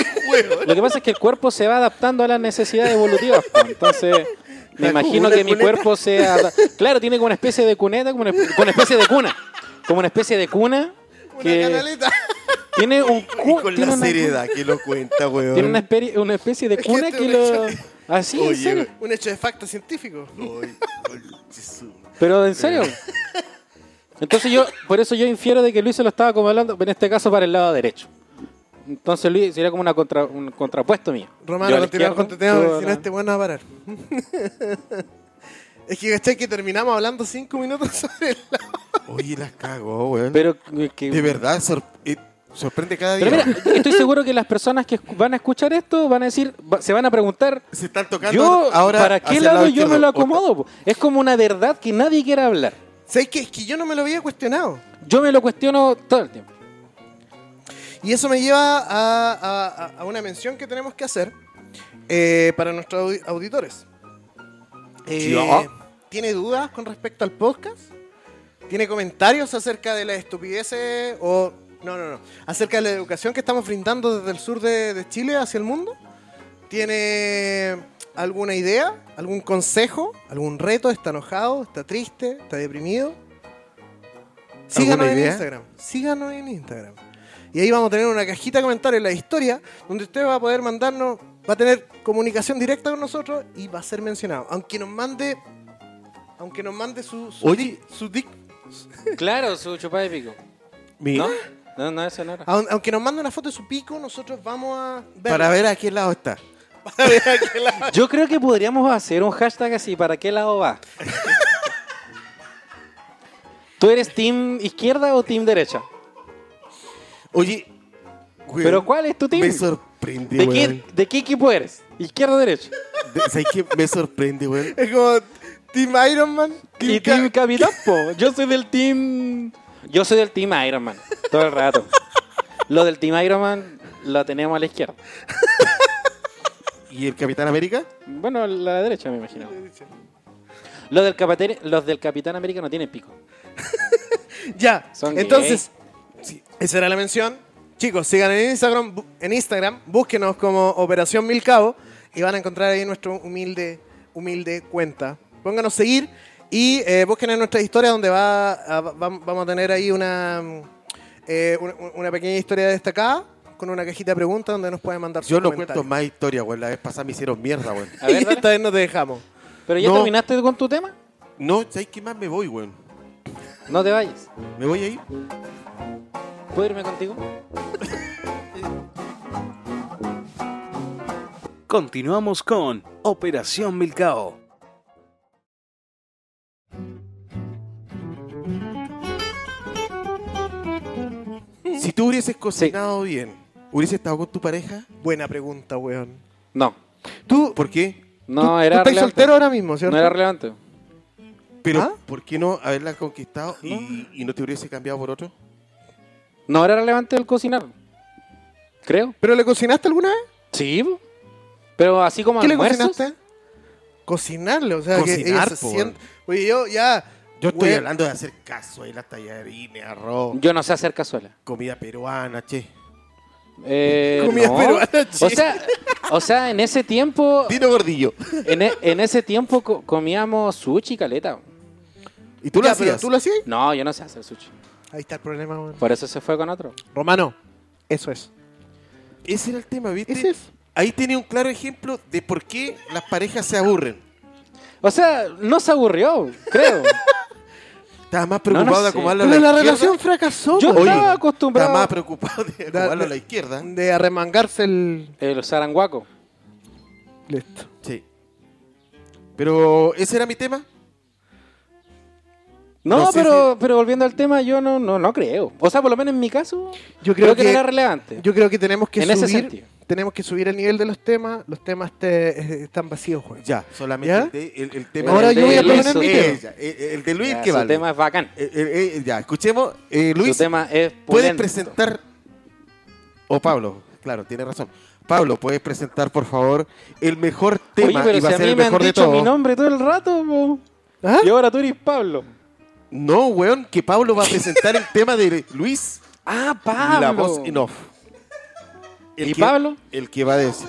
lo que pasa es que el cuerpo se va adaptando a las necesidades evolutivas. po. Entonces me La imagino cuna, que mi cuneta. cuerpo se ada- claro tiene como una especie de cuneta como una, como una especie de cuna como una especie de cuna que tiene un Y cu- con tiene la una, seriedad que lo cuenta, weón. tiene una esperi- una especie de que cuna esto que es un lo así en Oye, serio. Un hecho de facto científico. Ay, ay, Jesús. Pero en serio. Entonces yo, por eso yo infiero de que Luis se lo estaba acomodando, en este caso para el lado derecho. Entonces Luis sería como una contra, un contrapuesto mío. Yo Romano, a la continuamos con tu izquierda, tema, tú a porque si no la- este weón no va a parar. es que, ¿cachai? Que terminamos hablando cinco minutos sobre el lado. Oye, las cagó, weón. Pero, eh, que- de verdad, sor- eh, sorprende cada día. pero mira, estoy seguro que las personas que escu- van a escuchar esto van a decir, va- se van a preguntar, Se están tocando yo, ahora. ¿para hacia qué el lado, yo izquierdo. me lo acomodo? po? Es como una verdad que nadie quiere hablar. ¿Sabes qué? Es que yo no me lo había cuestionado. Yo me lo cuestiono todo el tiempo. Y eso me lleva a, a- a- a una mención que tenemos que hacer eh, para nuestros audi- auditores. Eh, Ya. ¿Tiene dudas con respecto al podcast? ¿Tiene comentarios acerca de las estupideces o No, no, no. Acerca de la educación que estamos brindando desde el sur de, de Chile hacia el mundo. ¿Tiene alguna idea? ¿Algún consejo? ¿Algún reto? ¿Está enojado? ¿Está triste? ¿Está deprimido? Síganos en idea? Instagram. Síganos en Instagram. Y ahí vamos a tener una cajita de comentarios en la historia donde usted va a poder mandarnos, va a tener comunicación directa con nosotros y va a ser mencionado. Aunque nos mande, aunque nos mande su, su Oye. dick- su dick Claro, su chupada de pico. Mira. ¿No? No, no, eso no era. Aun- Aunque nos mande una foto de su pico, nosotros vamos a verla. Para ver a qué lado está. Para ver a qué lado. Ah, Yo creo que podríamos hacer un hashtag así, ¿para qué lado va? ¿Tú eres team izquierda o team derecha? Oye, weón, ¿Pero cuál es tu team? Me sorprende, ¿De weón. qué, ¿De qué equipo eres? ¿Izquierda o derecha? De- ¿Sabes qué? Me sorprende, weón. Es como Team Iron Man. Y Ca- Team Capitán, po. Yo soy del Team. Yo soy del Team Iron Man. Todo el rato. Lo del Team Iron Man lo tenemos a la izquierda. ¿Y el Capitán América? Bueno, la derecha, me imagino. Los del, Capate- los del Capitán América no tienen pico. Ya. Son Entonces, sí, esa era la mención. Chicos, sigan en Instagram, bu- en Instagram, búsquenos como Operación Milcabo y van a encontrar ahí nuestro humilde, humilde cuenta. Pónganos seguir y eh, busquen en nuestra historia donde va, a- va- vamos a tener ahí una, mm, eh, una, una pequeña historia destacada con una cajita de preguntas donde nos pueden mandar sus Yo no comentarios. cuento más historia, weón. La vez pasada me hicieron mierda, weón. A ver, y dale. esta vez no te dejamos. ¿Pero ya No. terminaste con tu tema? No, ¿sabes qué más me voy, weón? No te vayas. Me voy ahí. ¿Puedo irme contigo? Continuamos con Operación Milcao. Mm. Si tú hubieses cocinado bien, ¿hubieses estado con tu pareja? Buena pregunta, weón. No. ¿Tú? ¿Por qué? No, ¿Tú, era tú estás relevante. soltero ahora mismo, ¿cierto? No era relevante. ¿Pero ¿Ah? por qué no haberla conquistado y, y no te hubiese cambiado por otro? No era relevante el cocinar. Creo. ¿Pero le cocinaste alguna vez? Sí. po. Pero así como ¿Qué le almuerzos. cocinaste? Cocinarle, o sea, que ella Cocinar, se po, sienta- Oye, yo ya. Yo estoy weón, hablando de hacer cazuela, tallarines, arroz, Yo no sé hacer cazuela. comida peruana, che. Eh, Comida no. peruana, o chile. sea, o sea, en ese tiempo, Dino Gordillo. en, e- en ese tiempo co- comíamos sushi, caleta. ¿Y tú lo ya, pero hacías? ¿Tú lo hacías? No, yo no sé hacer sushi. Ahí está el problema, weón. Por eso se fue con otro. Romano, eso es. Ese era el tema, ¿viste? Ese es. Ahí tiene un claro ejemplo de por qué las parejas se aburren. O sea, no se aburrió, creo. Estaba más preocupado No, no de sé. acomodarlo Pero a la, la izquierda. relación fracasó. po. Yo estaba Estaba más acostumbrado preocupado de Da- acomodarlo a da- la izquierda. De arremangarse el. el zaranguaco. Listo. Sí. Pero ese era mi tema. No, No sé pero, pero volviendo al tema, yo no, no, no creo. O sea, por lo menos en mi caso, Yo creo, creo que, que- no era relevante. Yo creo que tenemos que En ese subir. sentido. tenemos que subir el nivel de los temas. Los temas te- eh, están vacíos, weón. Ya, solamente ¿Ya? el, de- el- el tema Ahora del- yo voy a del- proponer mi eh, tema. ya, El, el de Luis, Ya, que su vale? tema es bacán. Eh, eh, eh, ya, escuchemos. eh, Luis, su tema es ¿puedes pulento. presentar? O Pablo, claro, tiene razón. Pablo, ¿puedes presentar, por favor, el mejor tema? Oye, pero y va si a a ser mí el me han mejor de dicho mi todos. nombre todo el rato, po. ¿Ah? y ahora tú eres Pablo. No, weón, que Pablo va a presentar el tema de Luis, Ah, Pablo. la voz en off. El ¿Y Pablo? El que va a decir.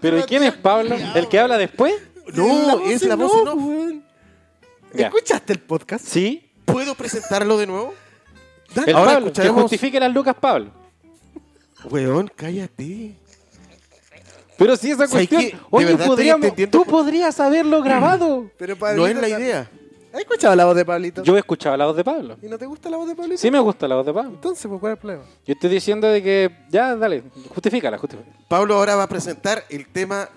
¿Pero ¿y quién es Pablo? ¿El que habla después? No, voz es en la voz off, en off. weón. Ya. ¿Escuchaste el podcast? ¿Sí? ¿Puedo presentarlo de nuevo? El Ahora Pablo, que escucharemos- justifique las lucas Pablo. Weón, cállate. Pero si esa ¿Sabes cuestión... qué? De Oye, verdad estoy podríamos, entendiendo tú por- podrías haberlo grabado. Pero No es la idea. idea. ¿Has escuchado la voz de Pablito? Yo he escuchado la voz de Pablo. ¿Y no te gusta la voz de Pablito? Sí me gusta la voz de Pablo. Entonces, pues, ¿cuál es el problema? Yo estoy diciendo de que... Ya, dale, justifícala, justifícala. Pablo ahora va a presentar el tema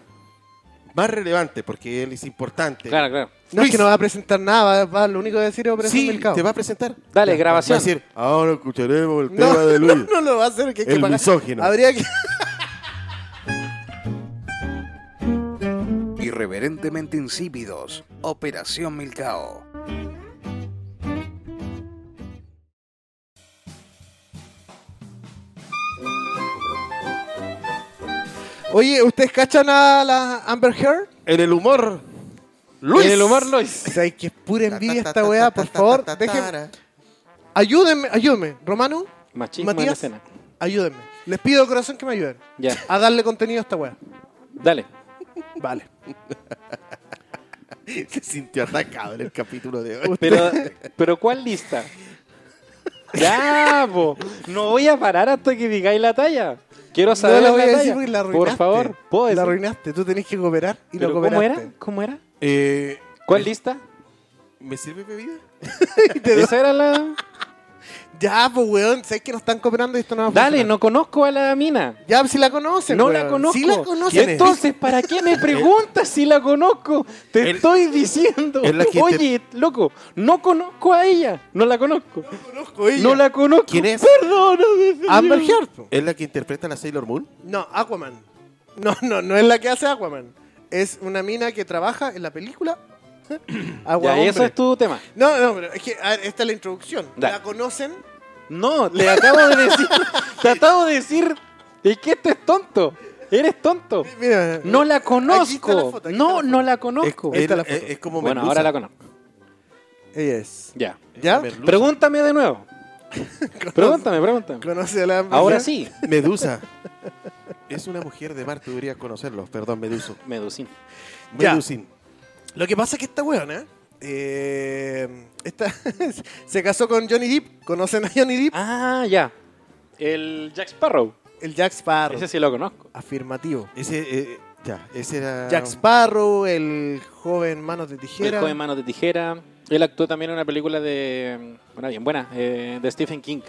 más relevante, porque él es importante. Claro, claro. No es que no va a presentar nada, va, va- lo único que va a decir es Operación Sí, Milcao. te va a presentar. Dale, Ya, grabación. Va a decir, ahora escucharemos el no, tema de Luis. no lo va a hacer, que hay que El pagar. misógino. Habría que... Irreverentemente insípidos. Operación Milcao. Oye, ¿ustedes cachan a la Amber Heard? En el humor, En Luis. el humor, Luis. O sea, es que es pura envidia Ta, ta, esta ta, weá, ta, por ta, ta, favor, ta, ta, déjenme... tara. Ayúdenme, ayúdenme. Romano, Machismo en la Matías. escena. Ayúdenme. Les pido de corazón que me ayuden Ya, a darle contenido a esta weá. dale. Vale. Se sintió atacado en el capítulo de hoy. Pero, pero ¿cuál lista? Ya, po. No voy a parar hasta que digáis la talla. Quiero No saber la voy a talla. decir porque la arruinaste. Por favor, puedo La decir. arruinaste. Tú tenés que cooperar y Pero no ¿Cómo cooperaste. era? ¿Cómo era? Eh, ¿Cuál lista? ¿Me sirve bebida? Esa era la. Ya, pues, weón. Sabes que no están cooperando y esto pues, no va a Dale, funcionar. no conozco a la mina. Ya, pues, si la conocen, No weón. la conozco. Si la conocen. Entonces, ¿para qué me preguntas si la conozco? Te El- estoy diciendo. Es la que te- Oye, loco, no conozco a ella. No la conozco. conozco ella. No la conozco. ¿Quién es? Perdóname, señor. Amber Heard. po. ¿Es la que interpreta a la Sailor Moon? No, Aquaman. No, no, no es la que hace Aquaman. Es una mina que trabaja en la película. Ya, Agua eso es tu tema. No, no, pero es que a ver, esta es la introducción. Dale. La conocen. No, te acabo de decir. te acabo de decir. Es que este es tonto. Eres tonto. Mira, No la conozco. la foto, aquí está la no, foto. no la Es, conozco. es- Esta la es- foto. es como bueno, Merluza. ahora la conozco. ella es. Ya. ¿Ya? Merluza. Pregúntame de nuevo. Pregúntame, pregúntame. Conoce a la Amber Ahora Heard. sí. Medusa. Es una mujer de Marte, debería conocerlo. Perdón, Meduso. Medusín. Ya. Medusin. Lo que pasa es que esta weona. eh, esta, se casó con Johnny Depp. ¿Conocen a Johnny Depp? Ah, ya. El Jack Sparrow. El Jack Sparrow. Ese sí lo conozco. Afirmativo. Ese, eh, ya, ese era... Jack Sparrow, el joven manos de tijera. El joven manos de tijera. Él actuó también en una película de. Bueno, bien buena. eh, de Stephen King.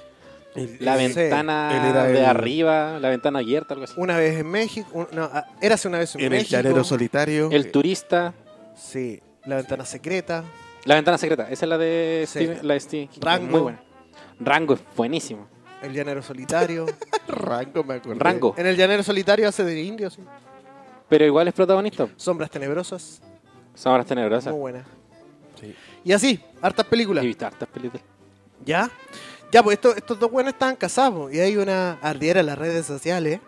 El- La el- Sí, él ventana era de el- arriba, la ventana abierta, algo así. Una vez en México. un- no, ah, érase una vez en, En el México. llanero solitario. eh, El turista. Sí. La ventana secreta. La ventana secreta, esa es la de Sí. Steve, la de Steve King, Rango. Muy buena. Rango es buenísimo. El llanero solitario. Rango, me acuerdo. Rango. en el llanero solitario hace de indio, sí. Pero igual es protagonista. Sombras tenebrosas. Son horas tenebrosas. Muy buena. Sí. Y así, hartas películas. Y visto hartas películas. ¿Ya? Ya, pues estos, estos dos buenos estaban casados. pues, Y hay una ardiera en las redes sociales.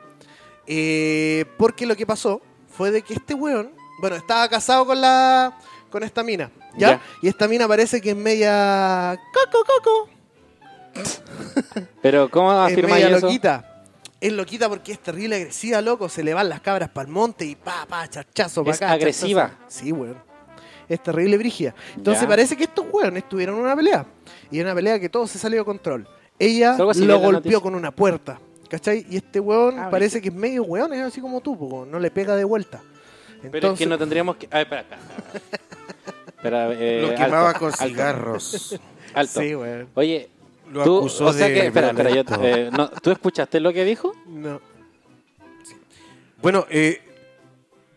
eh, porque lo que pasó fue de que este weón, bueno, estaba casado con la con esta mina, ¿ya? Ya. Y esta mina parece que es media coco coco, Pero ¿cómo es afirmáis media Ah, eso? loquita. Es loquita porque es terrible agresiva, loco, se le van las cabras para el monte y pa pa chachazo pa Es acá, agresiva. chachazo. Sí, weón. Es terrible brigia. Entonces Ya. parece que estos weones tuvieron una pelea. Y era una pelea que todo se salió de control. Ella Algo así vi lo en la noticia. golpeó con una puerta. ¿Cachai? Y este weón Ah, parece que es medio weón, es así como tú, po, no le pega de vuelta. Entonces, Pero es que no tendríamos que. Ah, espera, espera. espera. Espera, eh, Lo quemaba alto, con alto, cigarros. Alto. Sí, weón. Oye, Lo tú. acusó o sea de que. Espera, espera. Yo, violento. eh, no, ¿Tú escuchaste lo que dijo? No. Bueno, eh,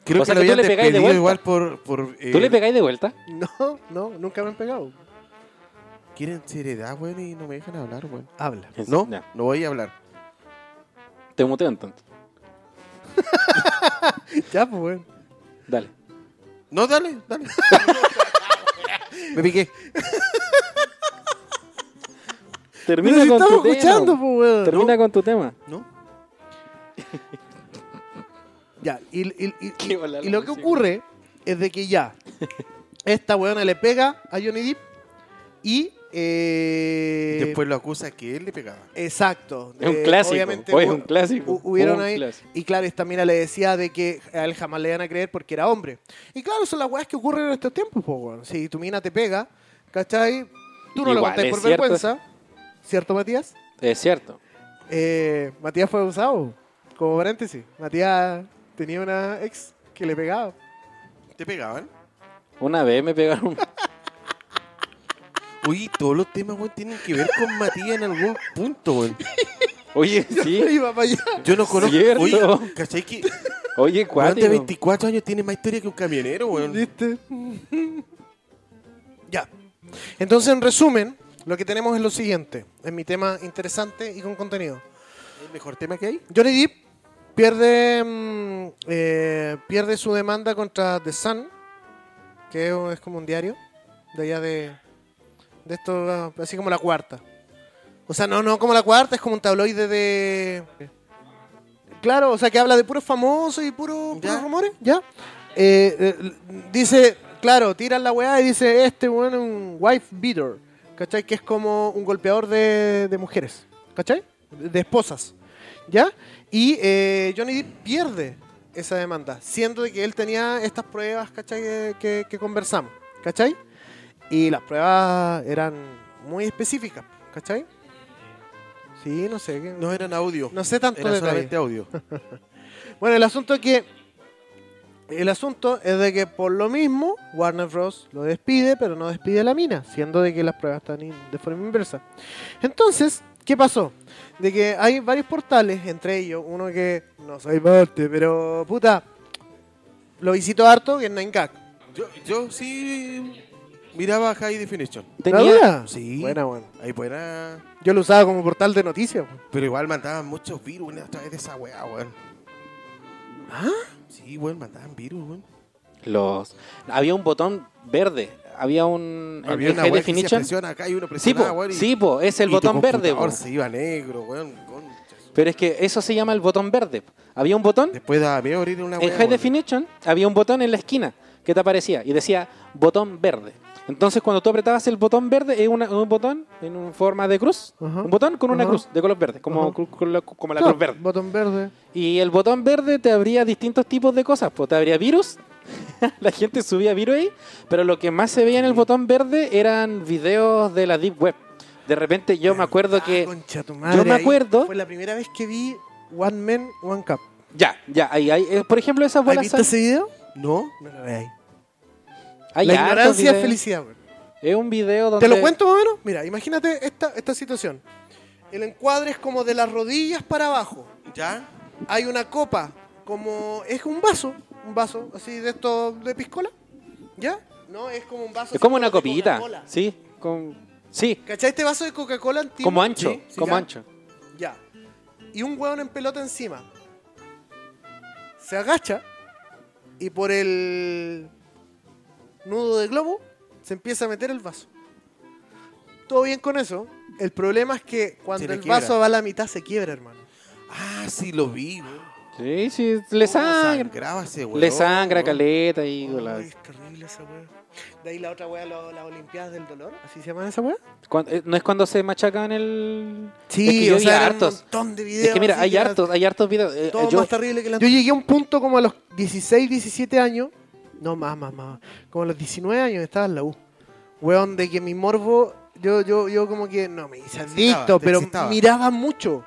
creo O sea que lo que tú habían le pegáis de despedido vuelta. igual por... por eh, ¿Tú le pegáis de vuelta? No, no, nunca me han pegado. Quieren seriedad, weón, y no me dejan hablar, weón. Habla. No, Ya. no voy a hablar. Te muteo entonces. ya, pues, weón. Dale. No, dale, dale. me piqué. Termina Pero si con estamos tu escuchando, tema. pues, weón. Termina con tu tema. ¿No? Ya, y, y- y- Qué y- bola y lo que la música. ocurre es de que ya esta weona le pega a Johnny Depp y. eh, Después lo acusa que él le pegaba. Exacto. Es un Eh, clásico. obviamente Oye, es hu- un clásico. hu- Hubieron Un ahí. clásico. Y claro, esta mina le decía de que a él jamás le iban a creer porque era hombre. Y claro, son las weas que ocurren en estos tiempos, po, weón. Si tu mina te pega, ¿cachai? Tú no lo Igual, contás es por cierto. vergüenza. ¿Cierto, Matías? Es cierto. Eh, Matías fue abusado. Como paréntesis, Matías tenía una ex que le pegaba. ¿Te pegaban? Una vez me pegaron. Uy, todos los temas, weón, tienen que ver con Matías en algún punto, weón. Oye, sí. Iba para allá. Yo no conozco. Cierto. Oye, ¿cachai que Oye, weón de cuático. 24 años tiene más historia que un camionero, weón? ¿Viste? ya. Entonces, en resumen, lo que tenemos es lo siguiente. Es mi tema interesante y con contenido. ¿El mejor tema que hay? Johnny Depp pierde, mm, eh, pierde su demanda contra The Sun, que es un- es como un diario de allá de, de esto, ah, así como la cuarta. O sea, no, no como la cuarta, es como un tabloide de... Claro, o sea, que habla de puros famosos y puro- puros Ya. rumores, ¿ya? Eh, eh, l- dice, claro, tiran la weá y dice, este weón es un wife beater, ¿cachai? Que es como un golpeador de, de mujeres. ¿cachai? De esposas, ¿ya? Y eh, Johnny Depp pierde esa demanda, siendo de que él tenía estas pruebas, ¿cachai? Que, que- que conversamos, ¿cachai? Y las pruebas eran muy específicas, ¿cachai? Sí, no sé, que- no, No eran audio, no sé tanto era de solamente audio. bueno, el asunto es que. El asunto es de que por lo mismo Warner Bros. lo despide, pero no despide a la mina, siendo de que las pruebas están in- de forma inversa. Entonces, ¿qué pasó? De que hay varios portales, entre ellos uno que no soy parte, pero puta, lo visito harto, que es 9gag. Yo, yo sí miraba High Definition. ¿La dura? Sí. Buena, bueno. Ahí buena. Yo lo usaba como portal de noticias. weón. Pero igual mataban muchos virus a través de esa weá, weón. ¿Ah? Sí, weón, mataban virus, weón. Los... Había un botón verde. Había un... en- Había en una High weá que se Definition. presiona acá y uno Sí, presionaba, po, weón. y- sí, po, es el y tu botón verde. po. computador se iba negro, weón. concha su- Pero es que eso se llama el botón verde. Había un botón Después daba miedo abrir una weá. En High weón. Definition había un botón en la esquina que te aparecía y decía botón verde. Entonces cuando tú apretabas el botón verde es una- un botón en un- forma de cruz, Ajá. un botón con una Ajá. cruz de color verde, como, Ajá. cru- colo- como la Claro, cruz verde. Botón verde. Y el botón verde te abría distintos tipos de cosas, pues te abría virus, la gente subía virus ahí, pero lo que más se veía en el botón verde eran videos de la deep web. De repente yo me acuerdo que Ah, concha tu madre, me ahí acuerdo- Fue la primera vez que vi One Man, One Cup. ya, ya, ahí, ahí, eh, por ejemplo esas ¿Has bolas visto sal- ese video? No. No lo veáis. hay La hartos ignorancia es videos. felicidad. güey. Es un video donde ¿Te lo cuento más o menos? Mira, imagínate esta, esta situación. El encuadre es como de las rodillas para abajo. ¿Ya? Hay una copa, como es un vaso, un vaso así de esto de piscola, ¿ya? No, es como un vaso. Es como así una de copita, Coca-Cola. sí, con, sí, ¿Cachai? Este vaso de Coca-Cola antiguo. como ancho, Sí, sí, como ya. ancho. Ya. Y un hueón en pelota encima. Se agacha y por el nudo de globo se empieza a meter el vaso. Todo bien con eso. El problema es que Se cuando le el quiebra. vaso va a la mitad se quiebra, hermano. Ah, sí, lo vi, weón. Sí, sí, Oh, le ¿Cómo sangra, sangraba ese weón, le sangra weón? caleta y la- Ay, es terrible esa weá. De ahí la otra weá, lo- las Olimpiadas del Dolor. ¿Así se llaman esa weá? cuan- eh, no es cuando se machacan el Sí, es que yo o vi sea, eran un hartos. montón de videos. Es que mira, así hay que era hartos, hay hartos videos. eh, Todo yo- más terrible que la Yo llegué a un punto como a los 16, 17 años. No, más, más, más. Como a los 19 años estaba en la U. Weón, de que mi morbo. Yo, yo, yo como que no me hice excitaba, adicto, te pero excitaba. miraba mucho.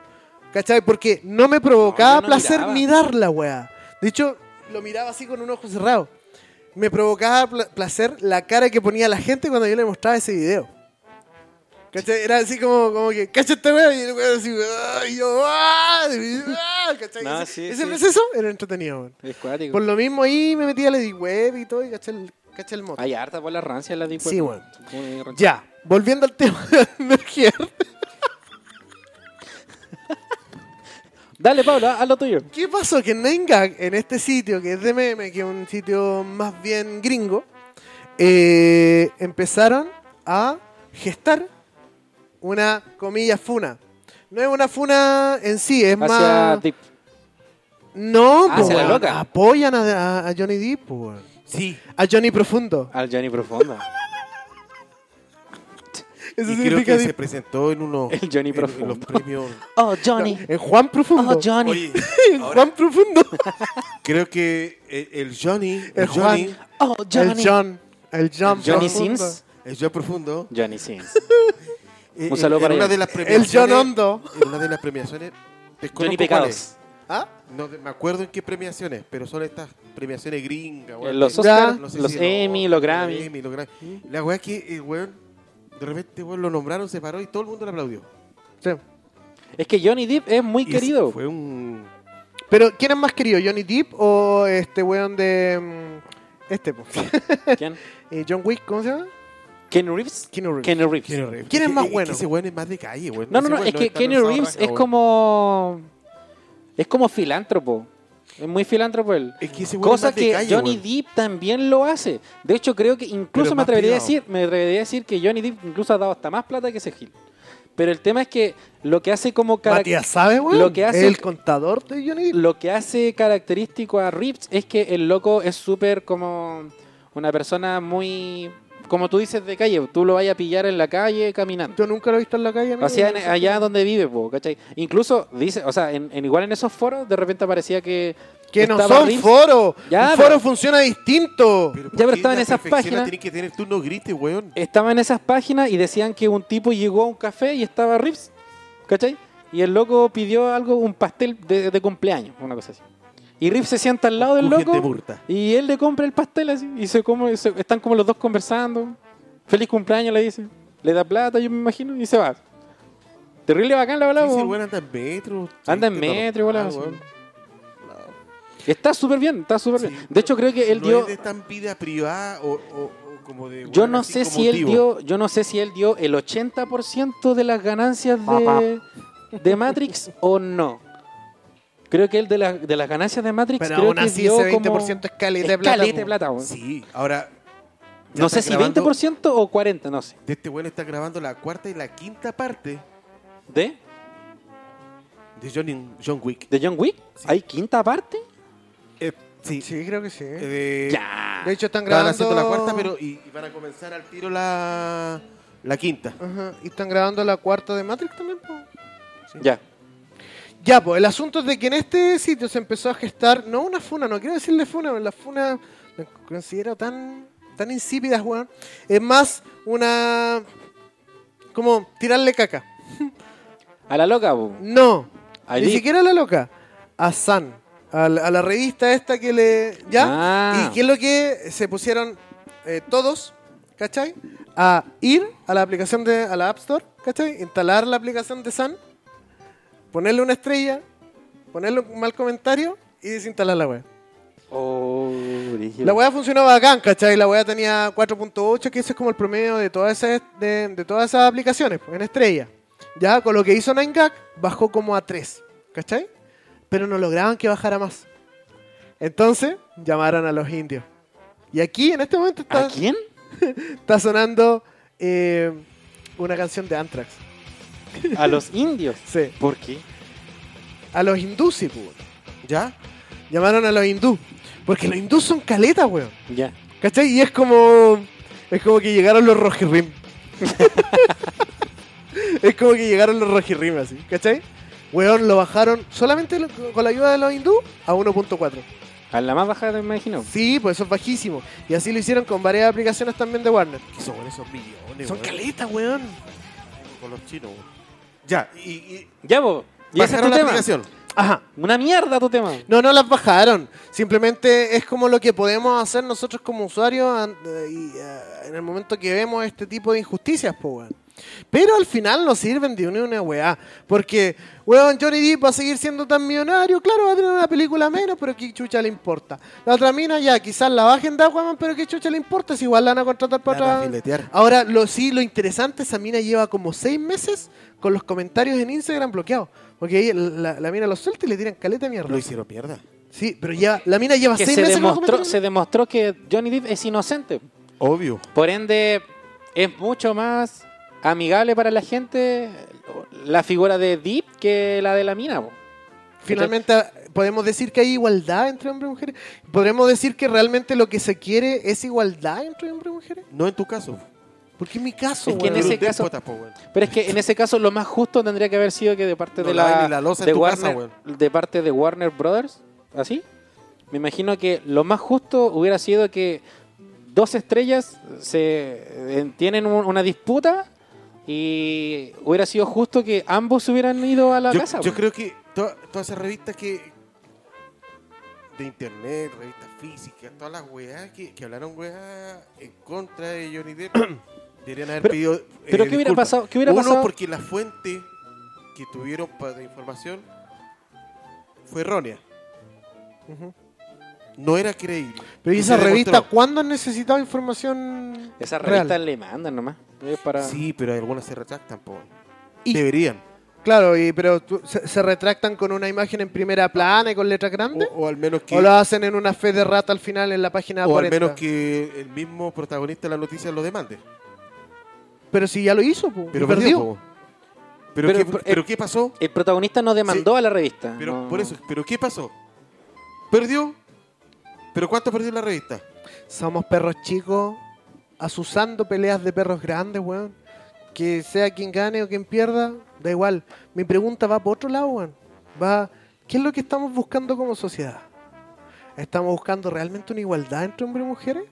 ¿Cachai? Porque no me provocaba No, yo no placer miraba. mirar la weá. De hecho, lo miraba así con un ojo cerrado. Me provocaba pla- placer la cara que ponía la gente cuando yo le mostraba ese video. ¿Cachai? Era así como, como que, ¿cachai esta weá? Y el weón así, "Ah", y yo, ¡ah! Y, "Ah", ¿cachai? No, ese sí, ese sí. proceso era entretenido, weón. es cuático. Por lo mismo ahí me metí a la deep web y todo, y caché el, caché el moto. Hay hartas bolas rancias en la deep web. Sí, bueno. Muy rancias. Ya, volviendo al tema de energía. Dale, Pablo, haz lo tuyo. ¿Qué pasó? Que en 9gag, en este sitio que es de meme, que es un sitio más bien gringo, eh, empezaron a gestar una comilla funa. No es una funa en sí, es Hacia más. deep. No, Ah, po, hacia la weón. loca. apoyan a, a- a Johnny Depp, po, weón. Sí, a Johnny Profundo. al Johnny Profundo. Eso y creo significa que se Depp. presentó en unos El Johnny en- en Profundo. los premios. Oh, Johnny. En Juan Profundo. Oh, Johnny. Oye, En Juan Profundo. creo que el, el Johnny, el, El Juan. Johnny, Oh, Johnny. El John. El John. Johnny Profundo. Sims. el John Profundo. Johnny Sims. eh, Un saludo en para una él. de las El premiaciones, John Hondo. En una de las premiaciones. desconozco Johnny cuál Pecados. ¿Ah? es. No te- me acuerdo en qué premiaciones, pero son estas premiaciones gringas. Eh, weón. Los Que- Oscar, no sé los si Emmy, los Grammy. Emmy, los Grammy. La weá que el weón, de repente weón, lo nombraron, se paró y todo el mundo le aplaudió. Sí. Es que Johnny Depp es muy Y ese querido. Fue un. Pero, ¿quién es más querido? ¿Johnny Depp o este weón de. mm, Este, po? ¿Quién? Eh, John Wick, ¿cómo se llama? Ken Reeves. Keanu Reeves. Keanu Reeves. ¿Quién es más que bueno? Ese weón es más de calle, weón. No, no, Ese no, weón es que está Kenny lanzado a Reeves raja, es weón. como. Es como filántropo. Es muy filántropo él. Es que ese weón es Cosa más de que calle, Johnny weón. Depp también lo hace. De hecho, creo que Pero es incluso me más atrevería, a privado. decir, me atrevería a decir que Johnny Depp incluso ha dado hasta más plata que ese Gil. Pero el tema es que lo que hace como cara- Matías, ¿sabes, weón? lo que hace- El contador de Johnny Depp. lo que hace característico a Reeves es que el loco es súper como una persona muy como tú dices, de calle. Tú lo vayas a pillar en la calle caminando. Yo nunca lo he visto en la calle. amigo. O sea, en- allá donde vive, po, ¿cachai? Incluso dice, o sea, en, en- igual en esos foros de repente aparecía que. Que no estaba son Rims. foros. Ya, Un pero- foro funciona distinto. ¿por Ya, pero qué estaba en la esas perfección la páginas. Tiene que tener tú no grites, weón. Estaba en esas páginas y decían que un tipo llegó a un café y estaba Rips, ¿cachai? Y el loco pidió algo, un pastel de, de cumpleaños, una cosa así. Y Rips se sienta al lado del Urgente loco. burta. Y él le compra el pastel así. Y se come, se- están como los dos conversando. Feliz cumpleaños le dice. Le da plata, yo me imagino, y se va. Terrible bacán la Sí, verdad. sí, po. weón, anda en metro. Anda en triste, normal, metro, weón, así. Está súper bien, está súper Sí, bien. De hecho, creo que él no dio. es de tan vida privada o, o- o como de. Yo weón, no así sé como si él divo. dio, yo no sé si él dio el 80% de las ganancias de, de Matrix o no. Creo que él de, la- de las ganancias de Matrix Pero creo aún que así dio ese como 20% es caleta de es plata. caleta de po. plata, weón. Sí, ahora. ya No está sé si grabando- 20% o 40, no sé. De este weón está grabando la cuarta y la quinta parte ¿De? de Johnny, John Wick. ¿De John Wick? Sí. ¿Hay quinta parte? sí. Sí, creo que sí. De Eh, Eh, Ya. hecho, están Estaban grabando. haciendo la cuarta, pero. Y, y van a comenzar al tiro la. La quinta. Ajá, Y están grabando la cuarta de Matrix también, po. Ya. Ya, pues, el asunto es de que en este sitio se empezó a gestar, no una funa, no quiero decirle funa, pero la funa la considero tan, tan insípida, weón. Es más una... como tirarle caca. A la loca, po. No, Ahí ni di- siquiera a la loca. A San, a la, a la revista esta que le... ¿Ya? Ah. ¿Y qué es lo que se pusieron eh, todos, cachai? A ir a la aplicación de... a la App Store, cachai? Instalar la aplicación de San, ponerle una estrella, ponerle un mal comentario y desinstalar la web. Oh, brígido. La weá funcionaba bacán, ¿cachai? La weá tenía 4.8, que eso es como el promedio de todas esas, de, de todas esas aplicaciones, pues, en estrella. Ya, con lo que hizo 9gag, bajó como a 3, ¿cachai? Pero no lograban que bajara más. Entonces, llamaron a los indios. Y aquí, en este momento, está, ¿A quién? está sonando eh, una canción de Anthrax. A los indios. Sí, ¿Por qué? a los hindús, sí, pues. ¿Ya? Llamaron a los hindú. Porque los hindús son caletas, weón. Ya. ¿Cachai? Y es como. Es como que llegaron los rojirrim. es como que llegaron los rojirrim así, ¿cachai? Weón, lo bajaron solamente lo- con la ayuda de los hindú a 1.4. A la más baja, me imagino. Sí, pues eso es bajísimo. Y así lo hicieron con varias aplicaciones también de Warner. Que son weón, esos millones, Son weón, caletas, weón. Con los chinos, weón. Ya, y. y Ya, po. Y ese es tu bajaron la tema. aplicación. Ajá. Una mierda tu tema. No, no las bajaron. Simplemente es como lo que podemos hacer nosotros como usuarios an- eh, y, eh, en el momento que vemos este tipo de injusticias, po, weón. Pero al final no sirven de una, una weá. Porque, weón, Johnny Depp va a seguir siendo tan millonario. Claro, va a tener una película menos, pero qué chucha le importa. La otra mina ya, quizás la bajen de Aquaman, pero qué chucha le importa. Si igual la van a contratar para Para otra- filetear. Ahora, lo, sí, lo interesante, esa mina lleva como seis meses con los comentarios en Instagram bloqueados. Porque ahí la, la mina los suelta y le tiran caleta de mierda. Lo hicieron mierda. Sí, pero ya, la mina lleva Que seis se meses con los demostró, comentarios. se demostró que Johnny Depp es inocente. Obvio. Por ende, es mucho más amigable para la gente la figura de Deep que la de la mina. po. Finalmente podemos decir que hay igualdad entre hombres y mujeres. Podremos decir que realmente lo que se quiere es igualdad entre hombres y mujeres. No en tu caso. Porque en mi caso, Es que en weón, Pero ese un caso- déspota, po, weón. Pero es que en ese caso lo más justo tendría que haber sido que de parte No de laven la, ni la loza en de tu casa, Warner, de parte de Warner Brothers, así. Me imagino que lo más justo hubiera sido que dos estrellas se eh, tienen un- una disputa y hubiera sido justo que ambos se hubieran ido a la yo, casa. yo po. creo que to- todas esas revistas que. de internet, revistas físicas, todas las weas que, que hablaron weas en contra de Johnny Depp, deberían haber Pero- pedido. eh, pero ¿qué hubiera disculpas. pasado- qué hubiera Uno, pasado? porque la fuente que tuvieron para la información fue errónea. No era creíble. Pero ¿y Y esa se revista demostró. cuándo han necesitado información Esas real? revistas le mandan nomás. Es para... Sí, pero algunas se retractan, po. Y- Deberían. Claro, y, pero tú- se, se retractan con una imagen en primera plana y con letras grandes? O, o al menos que. ¿O lo hacen en una fe de rata al final en la página o al 40? menos que el mismo protagonista de la noticia lo demande. Pero si ya lo hizo, po, Pero y perdió. perdió. po. Pero, Pero- ¿qué, pero- pero ¿qué pasó? El protagonista no demandó a la revista. Pero no- por eso, pero ¿qué pasó? ¿Perdió? ¿Pero cuánto perdió la revista? Somos perros chicos asusando peleas de perros grandes, weón. Que sea quien gane o quien pierda, da igual. Mi pregunta va por otro lado, weón. Va, ¿qué es lo que estamos buscando como sociedad? ¿Estamos buscando realmente una igualdad entre hombres y mujeres?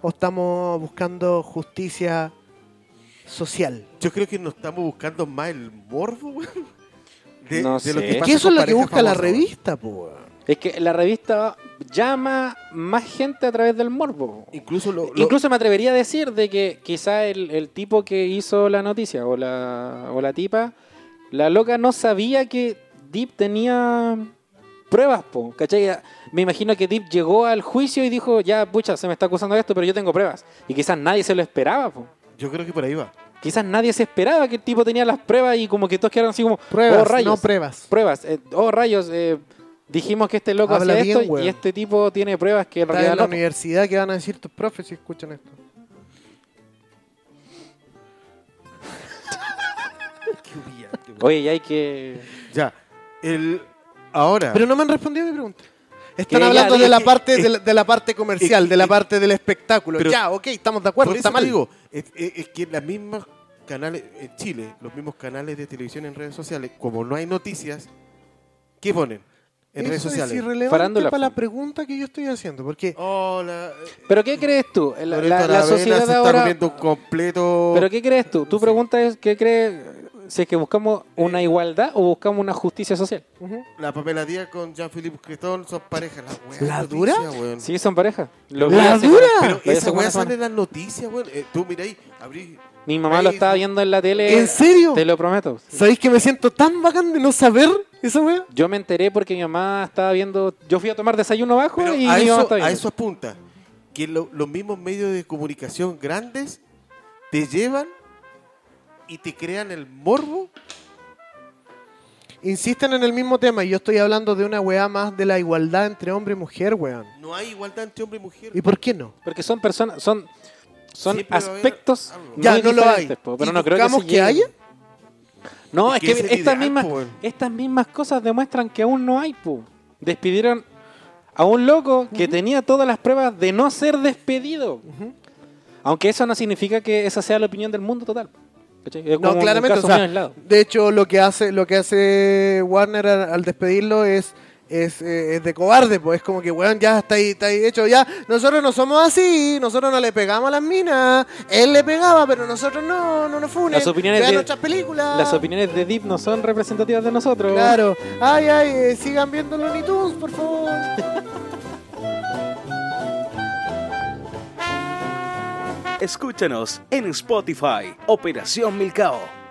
¿O estamos buscando justicia social? Yo creo que nos estamos buscando más el morbo, weón. De, No de lo sé. que ¿Qué pasa Que eso con es lo que parejas busca la famosas, weón. revista, po, weón. Es que la revista llama más gente a través del morbo. Incluso lo, lo- Incluso me atrevería a decir de que quizá el, el tipo que hizo la noticia o la, o la tipa, la loca no sabía que Deep tenía pruebas, po, ¿cachai? Me imagino que Deep llegó al juicio y dijo, ya, pucha, se me está acusando de esto, pero yo tengo pruebas. Y quizás nadie se lo esperaba, po. yo creo que por ahí va. Quizás nadie se esperaba que el tipo tenía las pruebas y como que todos quedaron así como, oh, Pruebas, rayos. no pruebas. pruebas. eh, oh, rayos, eh, dijimos que este loco Habla hacía bien, esto weón. y este tipo tiene pruebas que en Está realidad en la no. po. universidad que van a decir tus profes si escuchan esto. Oye, y hay que... Ya. El, ahora. Pero no me han respondido a mi pregunta. Están Que ya, hablando de dije- la parte de la, de la parte comercial, de la parte del espectáculo. Pero- ya, ok, estamos de acuerdo, Por está eso te mal. digo, es, es- es que los mismos canales, en Chile, los mismos canales de televisión en redes sociales, como no hay noticias, ¿qué ponen en redes Eso sociales? es irrelevante Farándula. para la pregunta que yo estoy haciendo, porque Hola. eh, ¿Pero qué crees tú? La, la- Loreto la Aravena sociedad se está ahora... comiendo un completo. ¿Pero qué crees tú? Tu pregunta es, ¿qué crees si es que buscamos una igualdad o buscamos una justicia social? La papeladía con Jean-Philippe Cretón son parejas. La, wea ¿La noticia, dura? weón. Sí, son pareja. Lo ¡La vi hace- dura! Pero Pero lo vi hace esa como weá una sale semana. en las noticias, weón. Eh, tú mira ahí, abrí. Mi mamá lo Ahí- estaba viendo en la Eh, tele. ¿En serio? Te lo prometo. ¿sabéis que me siento tan bacán de no saber esa wea? Yo me enteré porque mi mamá estaba viendo... Yo fui a tomar desayuno abajo Pero y a, mi mamá eso, estaba a viendo. eso apunta. Que lo- los mismos medios de comunicación grandes te llevan y te crean el morbo. Insisten en el mismo tema y yo estoy hablando de una weá más de la igualdad entre hombre y mujer, weón. No hay igualdad entre hombre y mujer. ¿Y por qué no? Porque son personas, son, son Siempre va a haber aspectos. algo. muy Ya, no lo diferentes, hay. po, pero ¿Y no creo que, buscamos se que llegue. haya? No, es Es que, que ese es el estas, ideal, mismas, po, weón. estas mismas cosas demuestran que aún no hay, po. Despidieron a un loco que tenía todas las pruebas de no ser despedido. Aunque eso no significa que esa sea la opinión del mundo total. ¿Cachai? Es como No, un claramente, caso o sea, muy aislado. de hecho lo que hace lo que hace Warner al, al despedirlo es es, eh, es de cobarde, pues es como que, weón, ya está ahí, está ahí hecho, ya, nosotros no somos así, nosotros no le pegamos a las minas, él le pegaba, pero nosotros no, no nos funen, Las opiniones vean de- nuestras películas, Las opiniones de Deep no son representativas de nosotros. claro, ay, ay, eh, sigan viendo Looney Tunes, por favor. Escúchanos en Spotify, Operación Milcao,